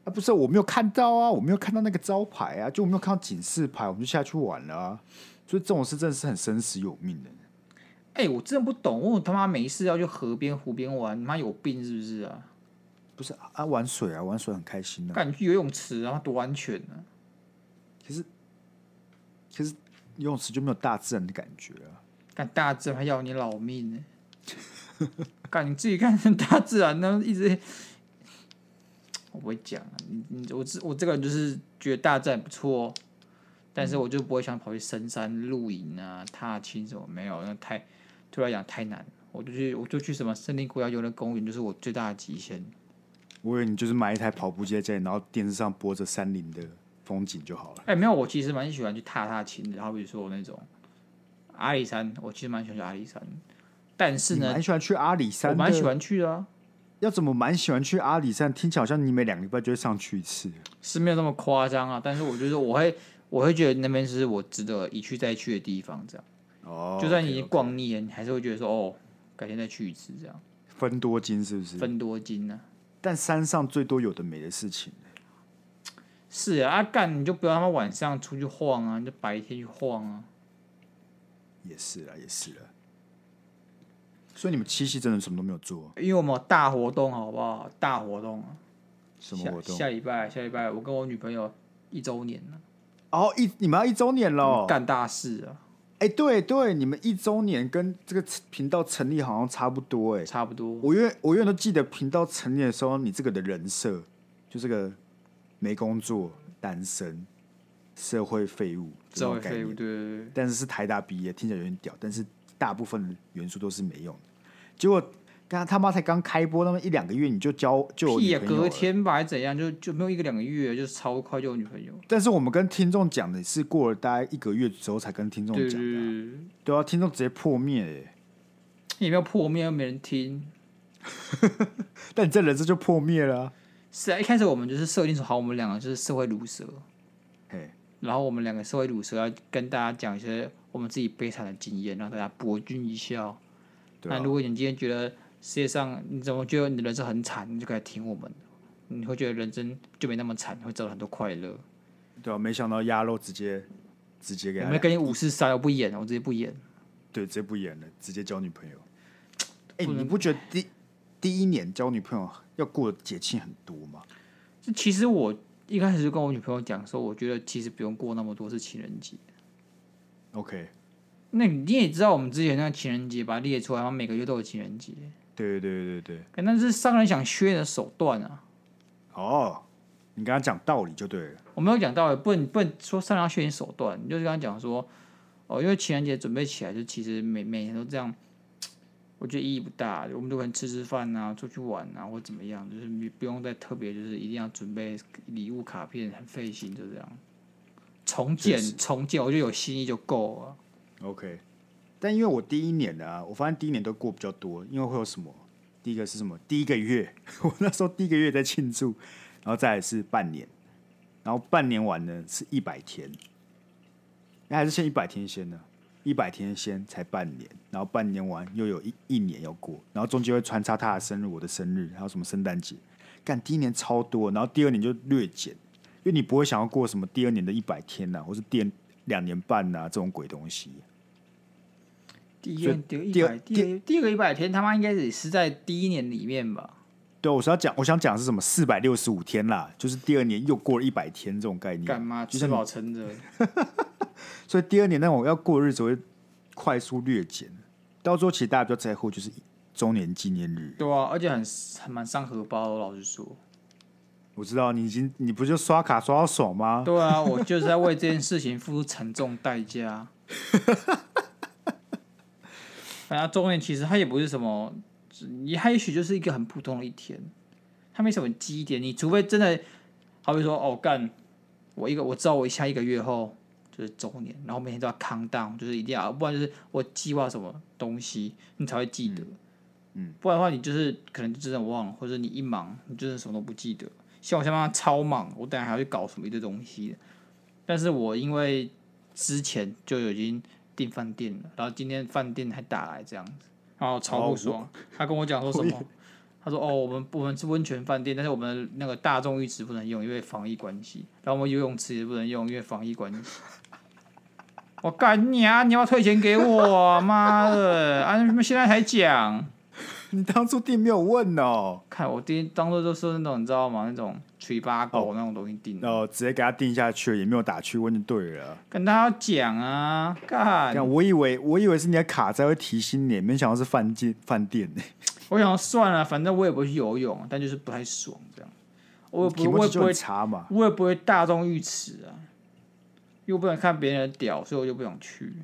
B: 啊，不是，我没有看到啊，我没有看到那个招牌啊，就我没有看到警示牌，我们就下去玩了啊。所以这种事真的是很生死有命的。
A: 哎、我真的不懂，我他妈没事要去河边、湖边玩，你妈有病是不是啊？
B: 不是啊啊，玩水啊，玩水很开心啊。
A: 感觉游泳池然后多安全啊呢、
B: 其实游泳池就没有大自然的感觉啊。
A: 干大自然还要你老命呢、 干你自己看大自然呢，一直我不会讲啊，你你我这我这个人就是觉得大自然不错，哦但是我就不会想跑去深山露营啊、踏青什么没有，那太对我来讲太难了。我就去我就去什么森林国家游乐公园，就是我最大的极限。
B: 我以为你就是买一台跑步机在家里，然后电视上播着山林的风景就好了。
A: 哎、没有，我其实蛮喜欢去踏踏青的，好比说那种阿里山，我其实蛮喜欢去阿里山，但是
B: 你
A: 呢，
B: 蛮喜欢去阿里山
A: 我
B: 的，
A: 蛮喜欢去的啊。
B: 要怎么蛮喜欢去阿里山？听起来好像你每两个礼拜就会上去一次。
A: 是没有那么夸张啊，但是我觉得我会，我会觉得那边是我值得一去再去的地方，这样。
B: 哦
A: 就算你已经逛腻了，你还是会觉得说，哦，改天再去一次，这样。
B: 分多金是不是？
A: 分多啊金呢、
B: 但山上最多有的没的事情。
A: 是啊，啊干你就不要他妈晚上出去晃啊，你就白天去晃啊。
B: 也是啦，也是啦。所以你们七夕真的什么都没有做？
A: 因为我们有大活动，好不好？大活动啊！
B: 什么活动？
A: 下下礼拜，下礼拜我跟我女朋友一周年了，
B: 哦，一你们要一周年喽！
A: 嗯干大事啊，
B: 哎、对对，你们一周年跟这个频道成立好像差不多哎、
A: 差不多。
B: 我永远我永远都记得频道成立的时候，你这个的人设就是个没工作、单身、社会废物这
A: 社
B: 种
A: 会
B: 概
A: 废物，
B: 念。
A: 对对对。
B: 但是是台大毕业，听起来有点屌，但是大部分的元素都是没用的。结果刚刚他妈才刚开播那么一两个月，你就交就有
A: 屁呀、
B: 女朋友啊
A: 隔
B: 了
A: 天吧，还是怎样？就就没有一个两个月，就是超快就有女朋友。
B: 但是我们跟听众讲的是过了大概一个月之后才跟听众
A: 对对
B: 讲
A: 对
B: 的啊、
A: 对。对
B: 对啊，听众直接破灭哎、
A: 也没有破灭，又没人听。
B: 但你这人设就破灭了啊、
A: 是啊，一开始我们就是设定说，好，我们两个就是社会毒蛇，
B: 嘿，
A: 然后我们两个社会毒蛇要跟大家讲一些我们自己悲惨的经验，让大家博君一笑。
B: 对啊
A: 那如果你今天觉得世界上你怎么觉得你的人生很惨，你就可以听我们，你会觉得人生就没那么惨，会找到很多快乐。
B: 对啊，没想到鸭肉直接直接给
A: 我
B: 他
A: 没跟你五四三，我不演了，我直接不演。
B: 对，直接不演了，直接交女朋友。哎、
A: 不能
B: 你不觉得第第一年交女朋友要过的节庆很多吗？
A: 就其实我一开始就跟我女朋友讲说，我觉得其实不用过那么多次情人节。
B: ？OK，
A: 那你也知道我们之前那个情人节把它列出来，然后每个月都有情人节。
B: 对对对对对，
A: 欸那是商人想削你的手段啊！
B: 哦，你跟他讲道理就对了。
A: 我没有讲到欸，不能不能说商人要削你手段，你就是跟他讲说，哦，因为情人节准备起来，就其实每每年都这样，我觉得意义不大。我们都可能吃吃饭啊，出去玩啊，或怎么样，就是你不用再特别，就是一定要准备礼物卡片，很费心，就这样。重建
B: 确实
A: 重建，我觉得有心意就够了。
B: OK，但因为我第一年啊，我发现第一年都过比较多，因为会有什么？第一个是什么？第一个月， 我那时候第一个月在庆祝，然后再来是半年，然后半年完呢是一百天，那还是先一百天先呢？一百天先才半年，然后半年完又有一一年要过，然后中间会穿插他的生日、我的生日，还有什么圣诞节，干第一年超多，然后第二年就略减，因为你不会想要过什么第二年的一百天呐、或是第二两年半呐、这种鬼东西。
A: 第一
B: 所以
A: 个第一
B: 第
A: 个
B: 二
A: 100第一第二个一百天，他妈应该也是在第一年里面
B: 嗯
A: 吧？
B: 对，啊我是要讲，我想讲的是什么？四百六十五天啦，就是第二年又过了一百天这种概念。
A: 干嘛
B: 就
A: 吃
B: 像你
A: 饱撑着？
B: 所以第二年那种要过日子会快速略减，到最后其实大家比较在乎就是周年纪念日。
A: 对啊，而且很很蛮伤荷包的，老实说。
B: 我知道你已经你不就刷卡刷到爽吗？
A: 对啊，我就是在为这件事情付出沉重代价。 反正中年其实它也不是什么，你它也许就是一个很普通的一天，它没什么基点。你除非真的，好比说哦干，我一个我知道我下一个月后就是周年，然后每天都要 count down，就是一定要，不然就是我计划什么东西，你才会记得。
B: 嗯嗯
A: 不然的话你就是可能就真的忘了，或者你一忙你真的什么都不记得。像我现在妈超忙，我等下还要去搞什么一堆东西的。但是我因为之前就已经订饭店了，然后今天饭店还打来这样子，然后超不爽。他跟我讲说什么？他说：“哦，我们我们是温泉饭店，但是我们那个大众浴池不能用，因为防疫关系。然后我们游泳池也不能用，因为防疫关系。”我干你啊！你要不要退钱给我啊、妈的！啊，你们现在才讲？
B: 你当初订没有问哦，
A: 看我第一当做都是那种你知道吗？那种吹八狗
B: 哦
A: 那种东西订的。
B: 然后直接给他订下去了，也没有打去问就对了。
A: 跟他要讲啊，干！
B: 但我以为我以为是你的卡在会提醒你，没想到是饭店饭店呢、
A: 我想算了，反正我也不会去游泳，但就是不太爽这样。我也
B: 题
A: 不，
B: 目
A: 我也
B: 就
A: 不会
B: 很，差嘛。
A: 我也不会大众浴池啊，又不能看别人的屌，所以我就不想去。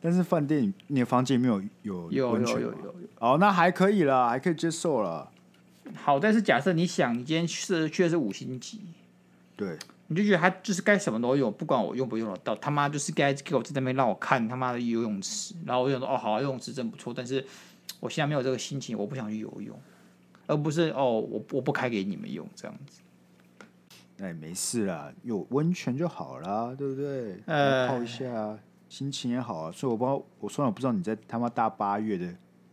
B: 但是饭店你的房间里面有有
A: 有
B: 温
A: 有
B: 泉
A: 有有
B: 吗
A: 有，
B: 哦，那还可以啦，还可以接受了。
A: 好，但是假设你想，你今天去的去的是五星级，
B: 对，
A: 你就觉得他就是该什么都有，不管我用不用得到，他妈就是该给我在那边让我看他妈的游泳池。然后我就想说，哦，好啊，游泳池真不错，但是我现在没有这个心情，我不想去游泳，而不是哦，我我不开给你们用这样子。
B: 那也哎没事啦，有温泉就好啦，对不对？
A: 呃
B: 泡一下啊，心情也好啊。所以我不知道，我虽然我不知道你在他妈大八月的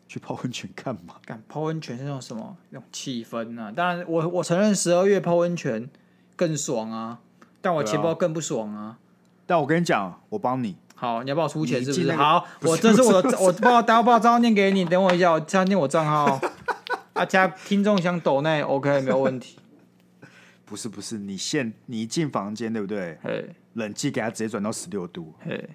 B: 去泡温泉干嘛，
A: 敢泡温泉是那种什么那种气氛啊？当然我，我承认十二月泡温泉更爽啊，但我
B: 对啊
A: 钱包更不爽啊。
B: 但我跟你讲，我帮你，
A: 好，你要帮我出钱
B: 你
A: 是不
B: 进
A: 是？
B: 那个
A: 好，
B: 不是
A: 我这是我的，我把我打把账号念给你，等我一下，我加念我账号。 啊，加听众想抖内 OK 没有问题。
B: 不是不是，你现你一进房间对不对？
A: 嘿，
B: 冷气给它直接转到十六度，
A: 嘿，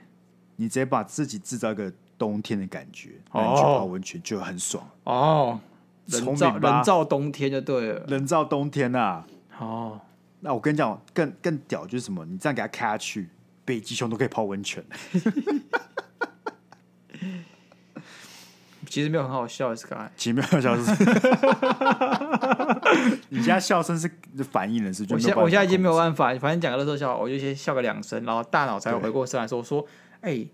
B: 你直接把自己制造一个冬天的感觉，
A: 哦
B: 那你去泡温泉就很爽，
A: 哦，人
B: 聪
A: 造
B: 明吧
A: 人造冬天就对了。
B: 人造冬天啊。
A: 哦，
B: 那我跟你讲，更更屌就是什么？你这样给它开下去，北极熊都可以泡温泉。
A: 其实没有很好笑，Sky。
B: 奇妙的笑 声。你现在笑声是反应了，是不是？
A: 我
B: 就
A: 现
B: 没有办法
A: 我现在已经没有办
B: 控制
A: 法，反正讲个乐色笑话，我就先笑个两声，然后大脑才回过神来说说，哎、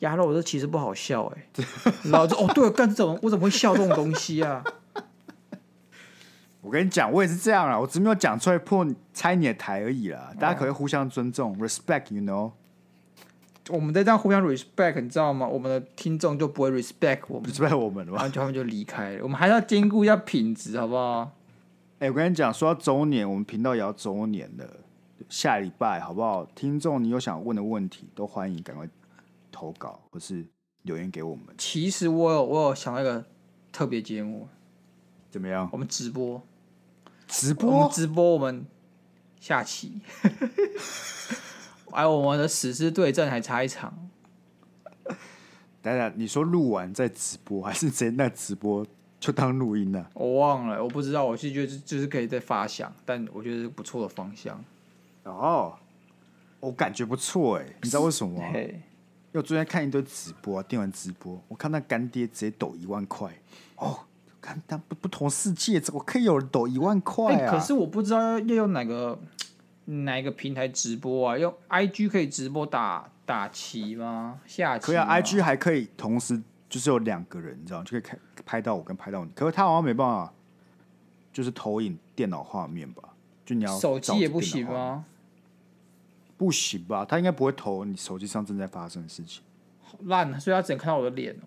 A: 鸭肉这其实不好笑哎、 然后就哦对，干这种我怎么会笑这种东西 啊？
B: 我跟你讲，我也是这样啦，我只没有讲出来破你拆你的台而已
A: 啊
B: 啦。大家可不可以互相尊重，respect，you know。
A: 我们在这样互相 respect，你知道吗？我们的听众就不会 respect 我们，
B: respect 我们了
A: 然
B: 吧？
A: 后就他们就离开了。我们还是要兼顾一下品质，好不好？
B: 哎、我跟你讲，说到周年，我们频道也要周年了，下礼拜好不好？听众，你有想问的问题，都欢迎赶快投稿或是留言给我们，
A: 其实我有我有想到一个特别节目，
B: 怎么样？
A: 我们直播，
B: 直
A: 我们
B: 播？
A: 直播我们下棋， 还有我们的史诗对战还差一场。
B: 等等，你说录完再直播，还是直接那直播就当录音呢、
A: 我忘了，我不知道，我是觉得就是可以再发想，但我觉得是不错的方向。
B: 哦，我感觉不错哎、 你知道为什么吗？因
A: 嘿，
B: 为我昨天看一堆直播、啊，电玩直播，我看那干爹直接抖一万块哦，看他不不同世界，怎么可以有人抖一万块
A: 哎
B: 啊？
A: 可是我不知道要用哪个哪一个平台直播啊？用 IG 可以直播打打棋吗？下棋
B: 可以啊
A: 吗
B: ，IG 还可以同时就是有两个人，你知道吗就可以看拍到我跟拍到你，可是他好像没办法，就是投影电脑画面吧。就你要
A: 手
B: 照
A: 机
B: 着
A: 也不
B: 电脑
A: 行
B: 画面？
A: 吗？
B: 不行吧，他应该不会投你手机上正在发生的事情。
A: 烂，所以他只能看到我的脸哦。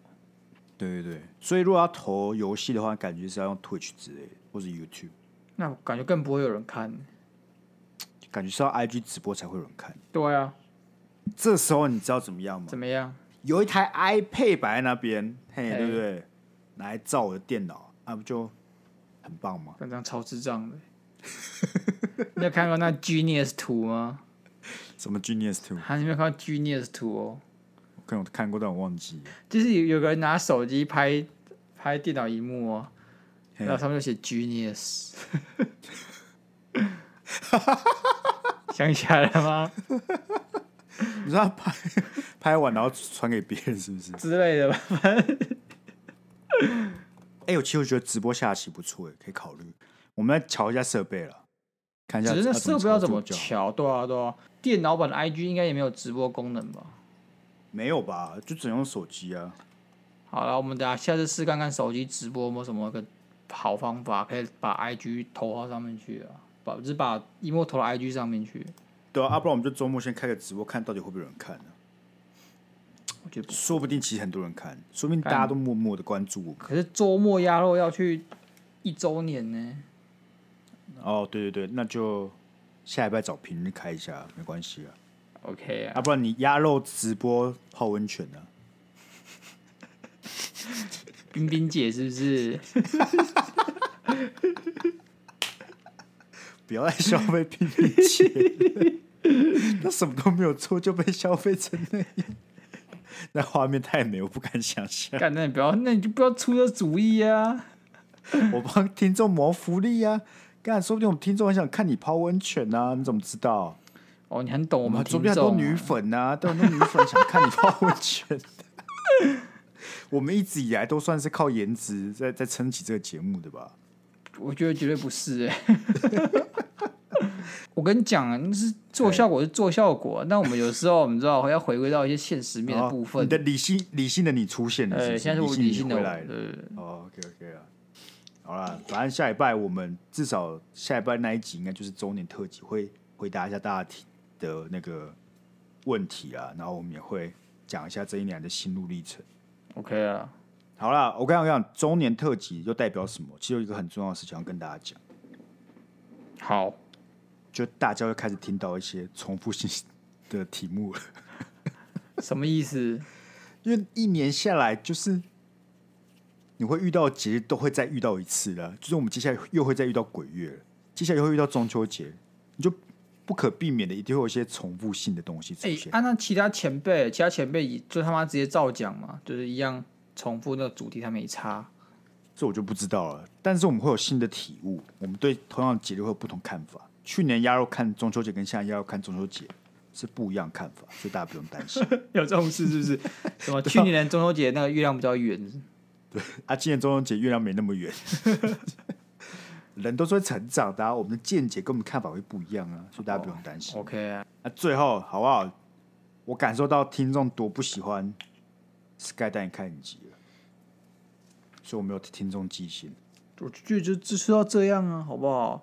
B: 对对对，所以如果要投游戏的话，感觉是要用 Twitch 之类的，或是 YouTube。
A: 那感觉更不会有人看。
B: 感觉是要 IG 直播才会有人看。
A: 对啊，
B: 这时候你知道怎么样吗
A: 怎？么样？
B: 有一台 iPad 摆在那边，嘿，
A: 哎
B: 对不对？拿来照我的电脑，那、不就很棒吗？
A: 刚刚超智障的。 你有看过那 Genius 图吗？
B: 什么 Genius Two？
A: 还、啊、你没有看到 Genius 图哦？
B: 我看我看过，但我忘记了。
A: 就是有有个人拿手机拍拍电脑荧幕哦，
B: 嘿
A: 然后上面就写 Genius。想起来了吗？
B: 你说他拍拍完然后传给别人是不是？
A: 之类的吧。
B: 哎、我其实我觉得直播下棋不错，哎，可以考虑。我们来瞧一下设备了，看一下
A: 只是那设备要
B: 要
A: 怎
B: 怎
A: 么
B: 瞧？
A: 调？对啊，对啊。电脑版的 IG 应该也没有直播功能吧？
B: 没有吧？就只能用手机啊。
A: 好了，我们等下下次试看看手机直播有没有什么个好方法，可以把 IG 投到上面去啊，把就是把一幕投到 IG 上面去。
B: 对啊，啊不然我们就周末先开个直播，看到底会不会有人看呢、
A: 我觉得不，
B: 说不定其实很多人看，说不定大家都默默的关注我们。
A: 可是周末鸭肉要去一周年呢、
B: 哦，对对对，那就下礼拜找平日开一下，没关系啊。
A: OK 啊
B: 啊，，不然你鸭肉直播泡温泉呢、
A: 冰冰姐是不 是？
B: 不要再消费平平 姐，他什么都没有做就被消费成那样，那画面太美，我不敢想象。
A: 干，那你不要，那你就不要出这主意啊！
B: 我帮听众谋福利啊，干，说不定我们听众很想看你泡温泉啊，你怎么知道？
A: 哦，你很懂我
B: 我
A: 们
B: 说
A: 听
B: 不定很多
A: 众、
B: 女
A: 啊，
B: 粉啊，都有很多女粉想看你泡温泉。 我们一直以来都算是靠颜值在在撑起这个节目的吧？
A: 我觉得绝对不是哎、 我跟你讲啊，那是做效果是做效果，啊那我们有时候我们知道要回归到一些现实面的部
B: 哦
A: 分
B: 你。的理性理性的你出现了是
A: 呃，
B: 不是，
A: 现在是我
B: 理
A: 理性的
B: 你
A: 我，
B: 回来了。
A: 对
B: 哦，OK OK 啊，好啦，反正下礼拜我们至少下礼拜那一集应该就是周年特辑，会回答一下大家提的那个问题啊，然后我们也会讲一下这一年的心路历程。
A: OK 啊，
B: 好啦，我跟你讲，周年特辑又代表什么？其实有一个很重要的事情要跟大家讲，
A: 好，
B: 就大家会开始听到一些重复性的题目了，
A: 什么意思？
B: 因为一年下来就是你会遇到的节日都会再遇到一次了，就是我们接下来又会再遇到鬼月了，接下来又会遇到中秋节，你就不可避免的一定会有一些重复性的东西出
A: 哎、
B: 现。
A: 按、照其他前辈，其他前辈也就他妈直接照讲嘛，就是一样重复那个主题，他没差。
B: 这我就不知道了。但是我们会有新的体悟，我们对同样的节日会有不同看法。去年鸭肉看中秋节跟现在鸭肉看中秋节是不一样看法，所以大家不用担心。
A: 有这种事是不是？ 啊什么去年中秋节那个月亮比较圆，
B: 啊，今年中秋节月亮没那么圆，人都是会成长的、啊，我们的见解跟我们看法会不一样啊，所以大家不用担 心。
A: OK 啊，
B: 那、最后好不好？我感受到听众多不喜欢 Sky 带你看影集了，所以我没有听众记性。
A: 我就就就是要这样啊，好不好？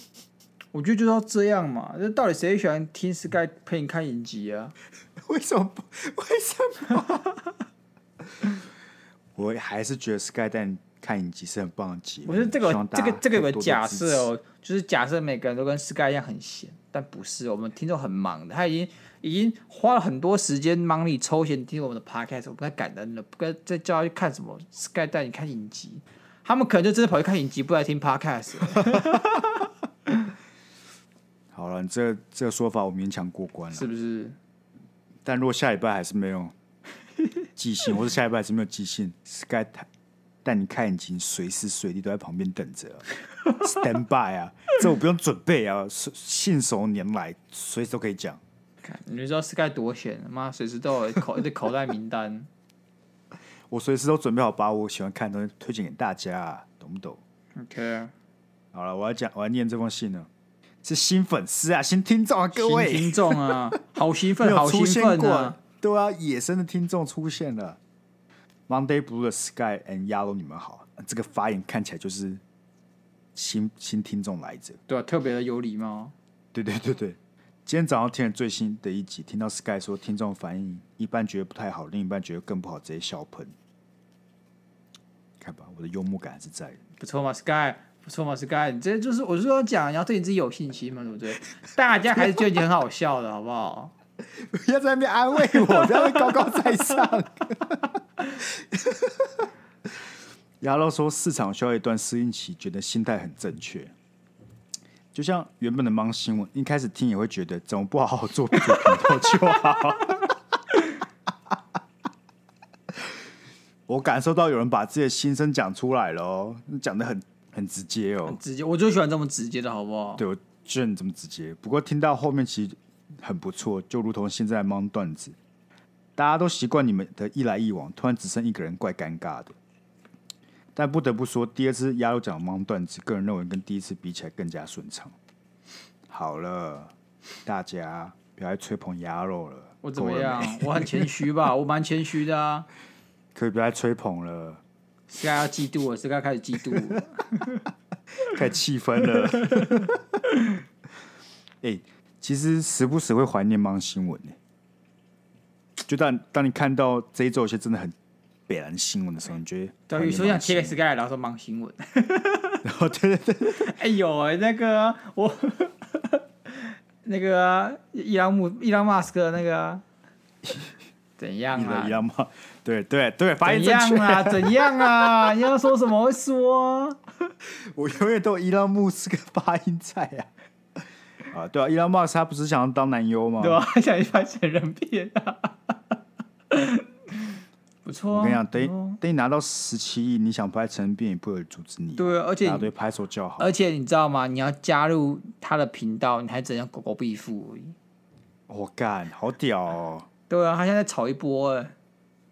A: 我觉得就是要这样嘛，那到底谁喜欢听 Sky 陪你看影集啊？
B: 为什么不？为什么？ 我还是觉得 Sky 蛋看影集是很棒的节目。
A: 我觉得这
B: 希
A: 个
B: 望大
A: 这
B: 家
A: 个这个有
B: 可
A: 个
B: 以多多
A: 假
B: 支
A: 设哦，就是假设每个人都跟 Sky 一样很闲，但不是，我们听众很忙的，他已经已经花了很多时间忙里抽闲听我们的 podcast，我不该感恩了，不该再叫他去看什么 Sky 带你看影集，他们可能就真的跑去看影集，不来听 podcast 了。
B: 持。好了，你这这个说法我勉强过关了。
A: 是不是？
B: 但如果下礼拜还是没有寄信， 或者下礼拜还是没有寄信，Sky 蛋但你看影集随时随地都在旁边等 着啊，stand by 啊，这我不用准备啊，是信手拈来，随时都可以讲。
A: 看，你就知道 Sky 多闲，妈随时都有口一个口袋名 单。
B: 我随时都准备好把我喜欢看的东西推荐给大家、啊，懂不懂？
A: OK，啊
B: 好了，我要讲，我要念这封信呢，是新粉丝啊，新听众啊，各
A: 新
B: 位
A: 听众啊，好兴
B: 没
A: 奋，
B: 有
A: 好兴
B: 出现
A: 奋
B: 过，
A: 啊！
B: 对啊，野生的听众出现了。Monday Blue 的 Sky and Yellow，你们好，这个发言看起来就是新新听众来着。
A: 对啊，特别的有礼貌。
B: 对对对对，今天早上听了最新的一集，听到 Sky 说听众反应一半觉得不太好，另一半觉得更不好，直接笑喷。看吧，我的幽默感还是在的。
A: 不错嘛，Sky，不错嘛，Sky，你这就是我是说讲，你要对你自己有信心嘛，对不对？ 大家还是觉得你很好笑的，好不好？
B: 不 要在那边安慰我，不要在那边高高在 上。亚洛说，市场需要一段适应期，觉得心态很正确。就像原本的忙新闻，一开始听也会觉得怎么不好好做主频道就好。 我感受到有人把自己的心声讲出来了哦，讲的很很直接哦。
A: 直接，我就喜欢这么直接的，好不好？
B: 对，我觉得你这么直接。不过听到后面其实很不错，就如同现在忙段子，大家都习惯你们的一来一往，突然只剩一个人，怪尴尬的。但不得不说，第二次鸭肉讲忙段子，个人认为跟第一次比起来更加顺畅。好了，大家不要再吹捧鸭肉了。
A: 我怎么
B: 够了没
A: 样？我很谦虚吧？我蛮谦虚的啊。
B: 可以不要再吹捧了，
A: Sky 要嫉妒我，Sky 开始嫉妒 我。
B: 太气愤了。哎、其实时不时会怀念忙新闻呢、就当当你看到这一周有些真的很北蓝新闻的时候，你觉得
A: 对，啊有时候想贴给 Sky，然后说忙新闻。
B: 然后 对对对，
A: 哎呦，那个我 那个啊伊朗姆伊朗马斯克那个啊怎样
B: 你
A: 啊
B: 的一？样吗？对对对，发现
A: 怎
B: 正
A: 样
B: 确。
A: 啊？怎样 啊？你要说什么会说啊？
B: 我永远都有伊朗穆斯个发音在啊。啊，对啊，伊朗穆斯他不是想要当男优吗？
A: 对吧？啊 想一拍成人片啊， 不错、啊。
B: 我跟你讲，等
A: 对
B: 你等你拿到十七亿，你想拍成片也不会有人阻止你。
A: 对啊，而且
B: 大家对拍手叫好。
A: 而且你知道吗？你要加入他的频道，你还只能狗狗必付而已。
B: 我干，好屌哦！
A: 对啊，他现在炒一波哎、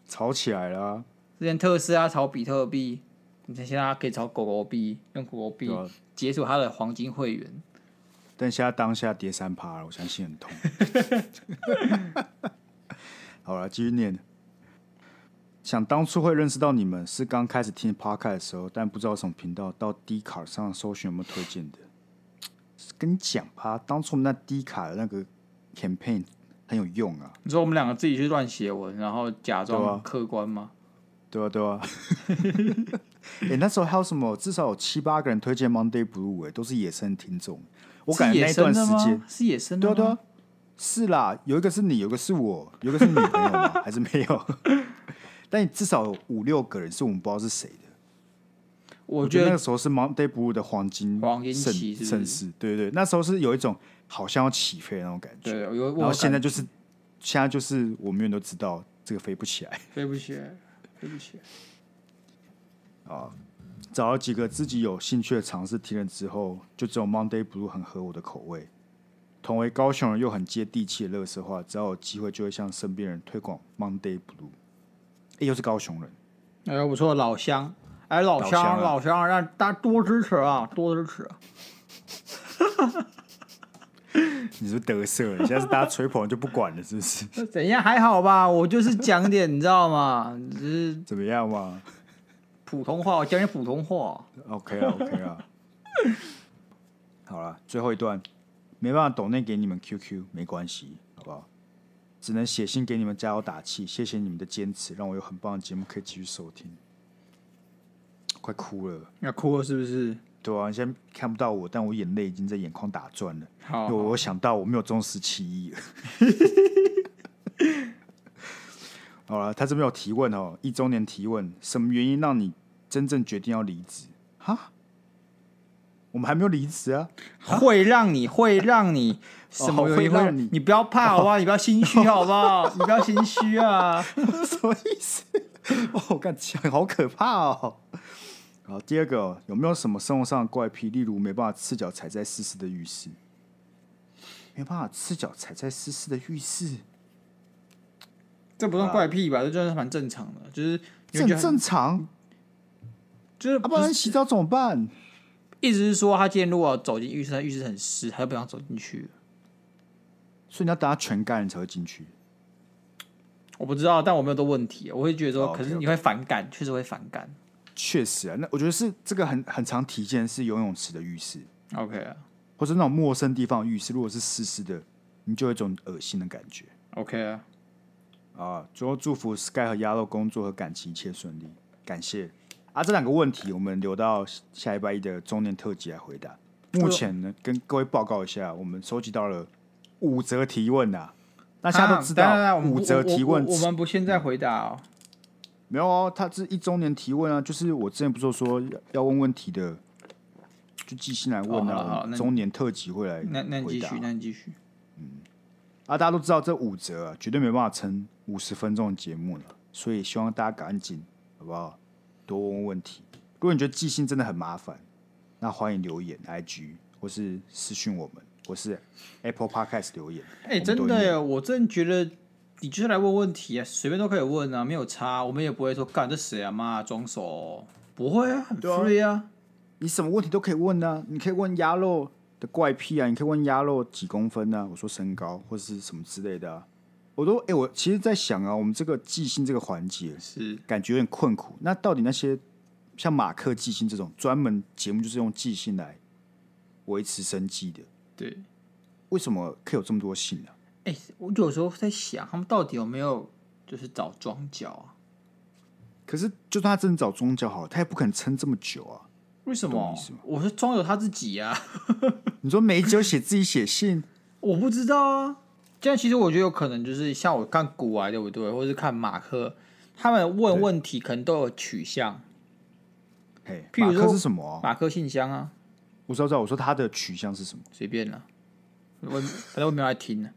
B: 吵起来了啊，
A: 之前特斯拉炒比特币，你看现在他可以炒狗狗币，用狗狗币
B: 对啊
A: 解锁他的黄金会员。
B: 但现在当下跌三趴了，我相信很痛。 好了，继续念。想当初会认识到你们是刚开始听 podcast 的时候，但不知道什么频道，到 D 卡上搜寻有没有推荐的。跟你讲吧，当初我们那 D 卡的那个 campaign 很有用啊，
A: 你说我们两个自己去乱写文，然后假
B: 对
A: 装
B: 啊
A: 客观吗？
B: 对啊对啊。 哎、那时候还有什么？至少有七八个人推荐 Monday Blue，哎、都是野生听众。我感
A: 是
B: 觉
A: 野
B: 那一
A: 生
B: 段
A: 的
B: 时
A: 吗？
B: 间，
A: 是野生的
B: 对啊
A: 吗？
B: 对啊，是啦，有一个是你，有一个是我，有一个是你女朋友 吗？还是没有？ 但至少有五六个人是我们不知道是谁的。
A: 我
B: 我
A: 觉
B: 觉得那
A: 得
B: 个时候是 Monday Blue 的黄金
A: 黄金
B: 盛
A: 期是不是
B: 盛世，对对，对那时候是有一种好像要起飞的那种感觉。
A: 对，有我
B: 然后
A: 有
B: 现在
A: 感
B: 就是，现在就是我们永远都知道这个飞不起来。
A: 对不起，对不起。
B: 找了几个自己有兴趣的尝试听了之后，就只有 Monday Blue 很合我的口味。同为高雄人又很接地气的乐色话，只要有机会就会向身边人推广 Monday Blue。哎、又是高雄人，
A: 哎，不错，老乡，哎，老
B: 老乡
A: 乡，
B: 啊
A: 老乡，让大家多支持啊，多支持。
B: 你是不是得瑟了？现在是大家吹捧就不管了，是不是？
A: 怎样还好吧？我就是讲点，你知道吗？只是
B: 怎么样嘛
A: 普通话，我讲点普通话。
B: ？OK 啊，OK 啊。好了，最后一段，没办法抖内给你们 QQ，没关系，好不好？只能写信给你们加油打气，谢谢你们的坚持，让我有很棒的节目可以继续收听。快哭了，
A: 要哭了是不是？
B: 对啊，你现在看不到我，但我眼泪已经在眼眶打转了。
A: 好
B: 因为，我想到我没有中十七亿了。 好了，他这边有提问哦，一周年提问，什么原因让你真正决定要离职？哈，我们还没有离职啊，
A: 会让你会让你什么
B: 哦会让你哦
A: 你，你不要怕好不好？你不要心虚好不 好？你不要心虚啊！
B: 什么意思？哦，我看讲好可怕哦。好，第二个哦、有没有什么生活上的怪癖？例如没办法赤脚踩在湿湿的浴室，没办法赤脚踩在湿湿的浴室，
A: 这不算怪癖吧？这真的是蛮正常的，就是你
B: 这
A: 会觉得
B: 很正常。
A: 就是
B: 要、不然洗澡怎么办？
A: 意思是说，他今天如果走进浴室，他浴室很湿，他就不想走进去。
B: 所以你要等他全干了才会进去。
A: 我不知道，但我没有这问题，我会觉得
B: 哦
A: 说，
B: ，OK，
A: 可是你会反感，确实会反感。
B: 确实啊，那我觉得是这个很很常体现是游泳池的浴室，
A: OK 啊
B: 或是那种陌生地方的浴室，如果是湿湿的，你就有一种恶心的感觉
A: ，OK 啊，
B: 啊。最后祝福 Sky 和鸭肉工作和感情一切顺利，感谢。啊，这两个问题我们留到下礼拜一的中年特辑啊来回答。目前呢，跟各位报告一下，我们收集到了五则提问啊。大家都知
A: 啊等一下
B: 道
A: 我们不
B: 五则提问嗯
A: 我我我们不现在回答哦。
B: 没有哦，他是一周年提问啊，就是我之前不是说要要问问题的，就寄信来问
A: 哦好了好
B: 啊
A: 了，那
B: 周年特辑会来
A: 那那你
B: 回
A: 继
B: 答
A: 续，那你继续。
B: 啊。大家都知道这五则啊，绝对没办法撑五十分钟的节目了，所以希望大家赶紧好不好？多问问题。如果你觉得寄信真的很麻烦，那欢迎留言 IG 或是私讯我们，或是 Apple Podcast 留言。
A: 哎、
B: 我们都
A: 真
B: 会
A: 的
B: 念
A: 耶，我真的觉得你就是来问问题啊，随便都可以问啊，没有差，我们也不会说干这谁啊妈装熟哦、不会啊，很
B: 对啊
A: free 啊。
B: 你什么问题都可以问啊，你可以问鸭肉的怪癖啊，你可以问鸭肉几公分啊，我说身高或是什么之类的啊。我都哎、诶我其实在想啊，我们这个寄信这个环节
A: 是
B: 感觉有点困苦。那到底那些像马克寄信这种专门节目就是用寄信来维持生计的，
A: 对。
B: 为什么可以有这么多信呢、啊？
A: 哎、我有时候在想，他们到底有没有就是找庄脚啊？
B: 可是就算他真的找宗教好了，他也不可能撑这么久啊。
A: 为什
B: 懂
A: 么
B: 意思吗？
A: 我是装有他自己啊，
B: 你说每一集都写自己写信，
A: 我不知道啊。这样其实我觉得有可能就是像我看古玩对不对，或是看马克，他们问
B: 对
A: 问题可能都有取向，
B: 嘿，
A: 譬如
B: 马
A: 说
B: 克是什么啊、
A: 马克信箱啊，
B: 我知道，知道，我说他的取向是什么？
A: 随便啦、我反正我没有来听啊 呢、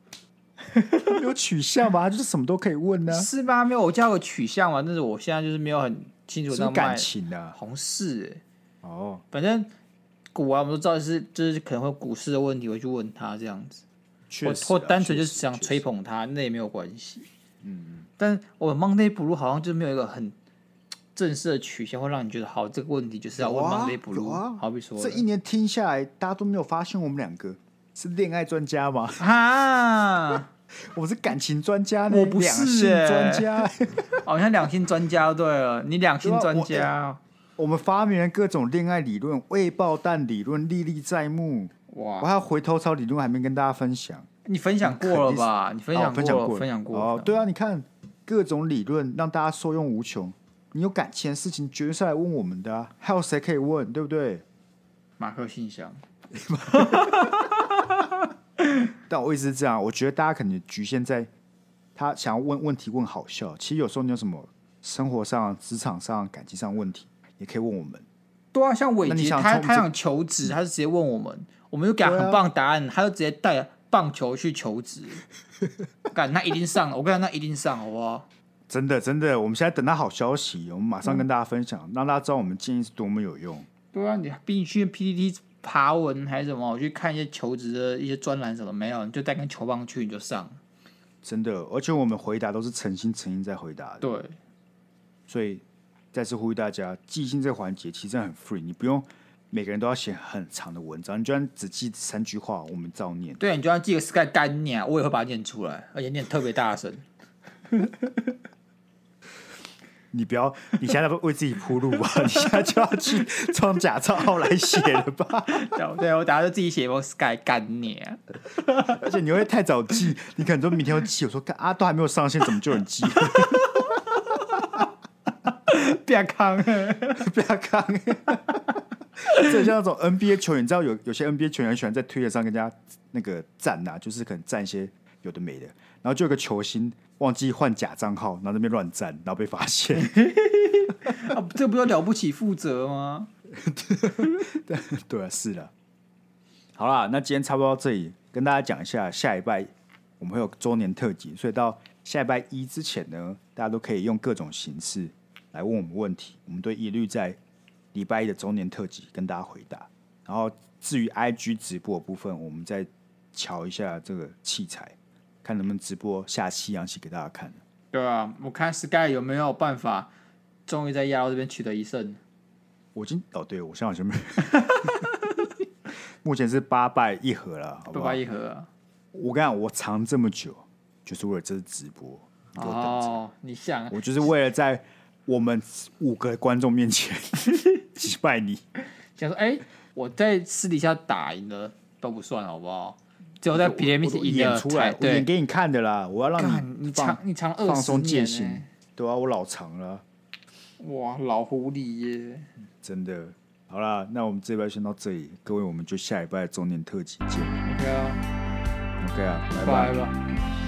B: 没有取 向吧？他就是什么都可以问呢、
A: 是吧？没有，我家有取向嘛，但是我现在就是没有很清楚
B: 什
A: 到
B: 么感
A: 卖
B: 情的、啊？
A: 红事、欸，
B: 哦，
A: 反正股啊，我们都知道是就是可能会有股市的问题，我去问他这样子，
B: 确实啊、
A: 或或单纯就是
B: 确实
A: 想
B: 确实
A: 吹捧他，那也没有关系。嗯嗯。但我 Monday Blue 好像就没有一个很正式的取向，会让你觉得好这个问题就是要问
B: 有啊
A: Monday Blue，、
B: 有啊
A: 好比说
B: 这一年听下来，大家都没有发现我们两个是恋爱专家吗？
A: 啊，
B: 我是感情专家呢，
A: 我不是
B: 两性
A: 欸
B: 专家。
A: 哦，你看两性专家对了，你两性
B: 对啊
A: 专
B: 我
A: 家，
B: 我们发明了各种恋爱理论、未爆弹理论历历在目，我
A: 哇，
B: 还有回头草理论还没跟大家分享。
A: 你分享
B: 肯
A: 过了
B: 定是
A: 吧？你分
B: 哦
A: 享
B: 分
A: 过
B: 享
A: 了，
B: 过，
A: 分享过了
B: 哦，对啊，你看各种理论让大家受用无穷。你有感情的事情，绝对是来问我们的、啊，还有谁可以问，对不对？
A: 马克信箱，
B: 但我一直是这样，我觉得大家可能局限在他想要问问题问好笑，其实有时候你有什么生活上、职场上、感情上的问题，也可以问我们。
A: 对啊，像伟
B: 那你
A: 杰，
B: 想
A: 他
B: 从
A: 他
B: 这
A: 想求职，他是直接问我们，我们就给他
B: 对啊
A: 很棒的答案，他就直接带棒球去求 职，干那一定上，我跟你讲，那一定上，好不好？
B: 真的，真的，我们现在等到好消息，我们马上跟大家分享，让大家知道我们建议是多么有用。
A: 对啊，你必须去 PPT 爬文还是什么，我去看一些求职的一些专栏什么，没有，你就带根球棒去你就上，
B: 真的，而且我们回答都是诚心诚意在回答的，
A: 对，
B: 所以再次呼吁大家，寄信这个环节其实很 free，你不用每个人都要写很长的文章，你就算只记三句话，我们照念。
A: 对啊，你就算记个 Sky 干你啊，我也会把它念出来，而且念特别大声，
B: 你不要，你现在不为自己铺路吧？ 你现在就要去装假账号来写了吧？
A: 对啊对啊，我等下就自己写一封 Sky 干你啊，
B: 而且你会太早寄，你可能说明天要寄，我说干啊，都还没有上线，怎么就有人寄？
A: 别康，
B: 不要看， 这很像那种 NBA 球员，你知道有有些 NBA 球员很喜欢在推特上跟人家那个赞呐、就是可能赞一些有的没的，然后就有个球星忘记换假账号，然后在那边乱赞，然后被发现。
A: 啊这不就了不起负责吗？
B: 对啊，是的。好啦，那今天差不多到这里，跟大家讲一下，下礼拜我们会有周年特辑，所以到下礼拜一之前呢，大家都可以用各种形式来问我们问题，我们都一律在礼拜一的周年特辑跟大家回答。然后至于 IG 直播的部分，我们再瞧一下这个器材，看能不能直播下西洋棋给大家看。
A: 对啊，我看 Sky 有没有办法，终于在亚洲这边取得一胜。
B: 我已经哦，对我现在好像没有， 目前是八败一和了，好
A: 八
B: 不好
A: 八？一和啊、
B: 我跟你讲，我藏这么久，就是为了这次直播，你给我等着。
A: 哦，你想啊，
B: 我就是为了在我们五个观众面前击败 你。
A: 想说，哎、我在私底下打赢了都不算，好不好？只有在别人面前
B: 我
A: 赢了
B: 演出来
A: 才，
B: 我
A: 对。
B: 演给你看的啦。我要
A: 干
B: 让
A: 你
B: 放
A: 藏你藏二
B: 放
A: 十
B: 松戒
A: 年、
B: 心
A: 欸，，
B: 对啊，我老藏了。
A: 哇，老狐狸耶！
B: 真的。好啦，那我们这礼拜先到这里，各位，我们就下礼拜中年特辑见。
A: OK 啊，
B: OK 啊，拜拜
A: 拜。了。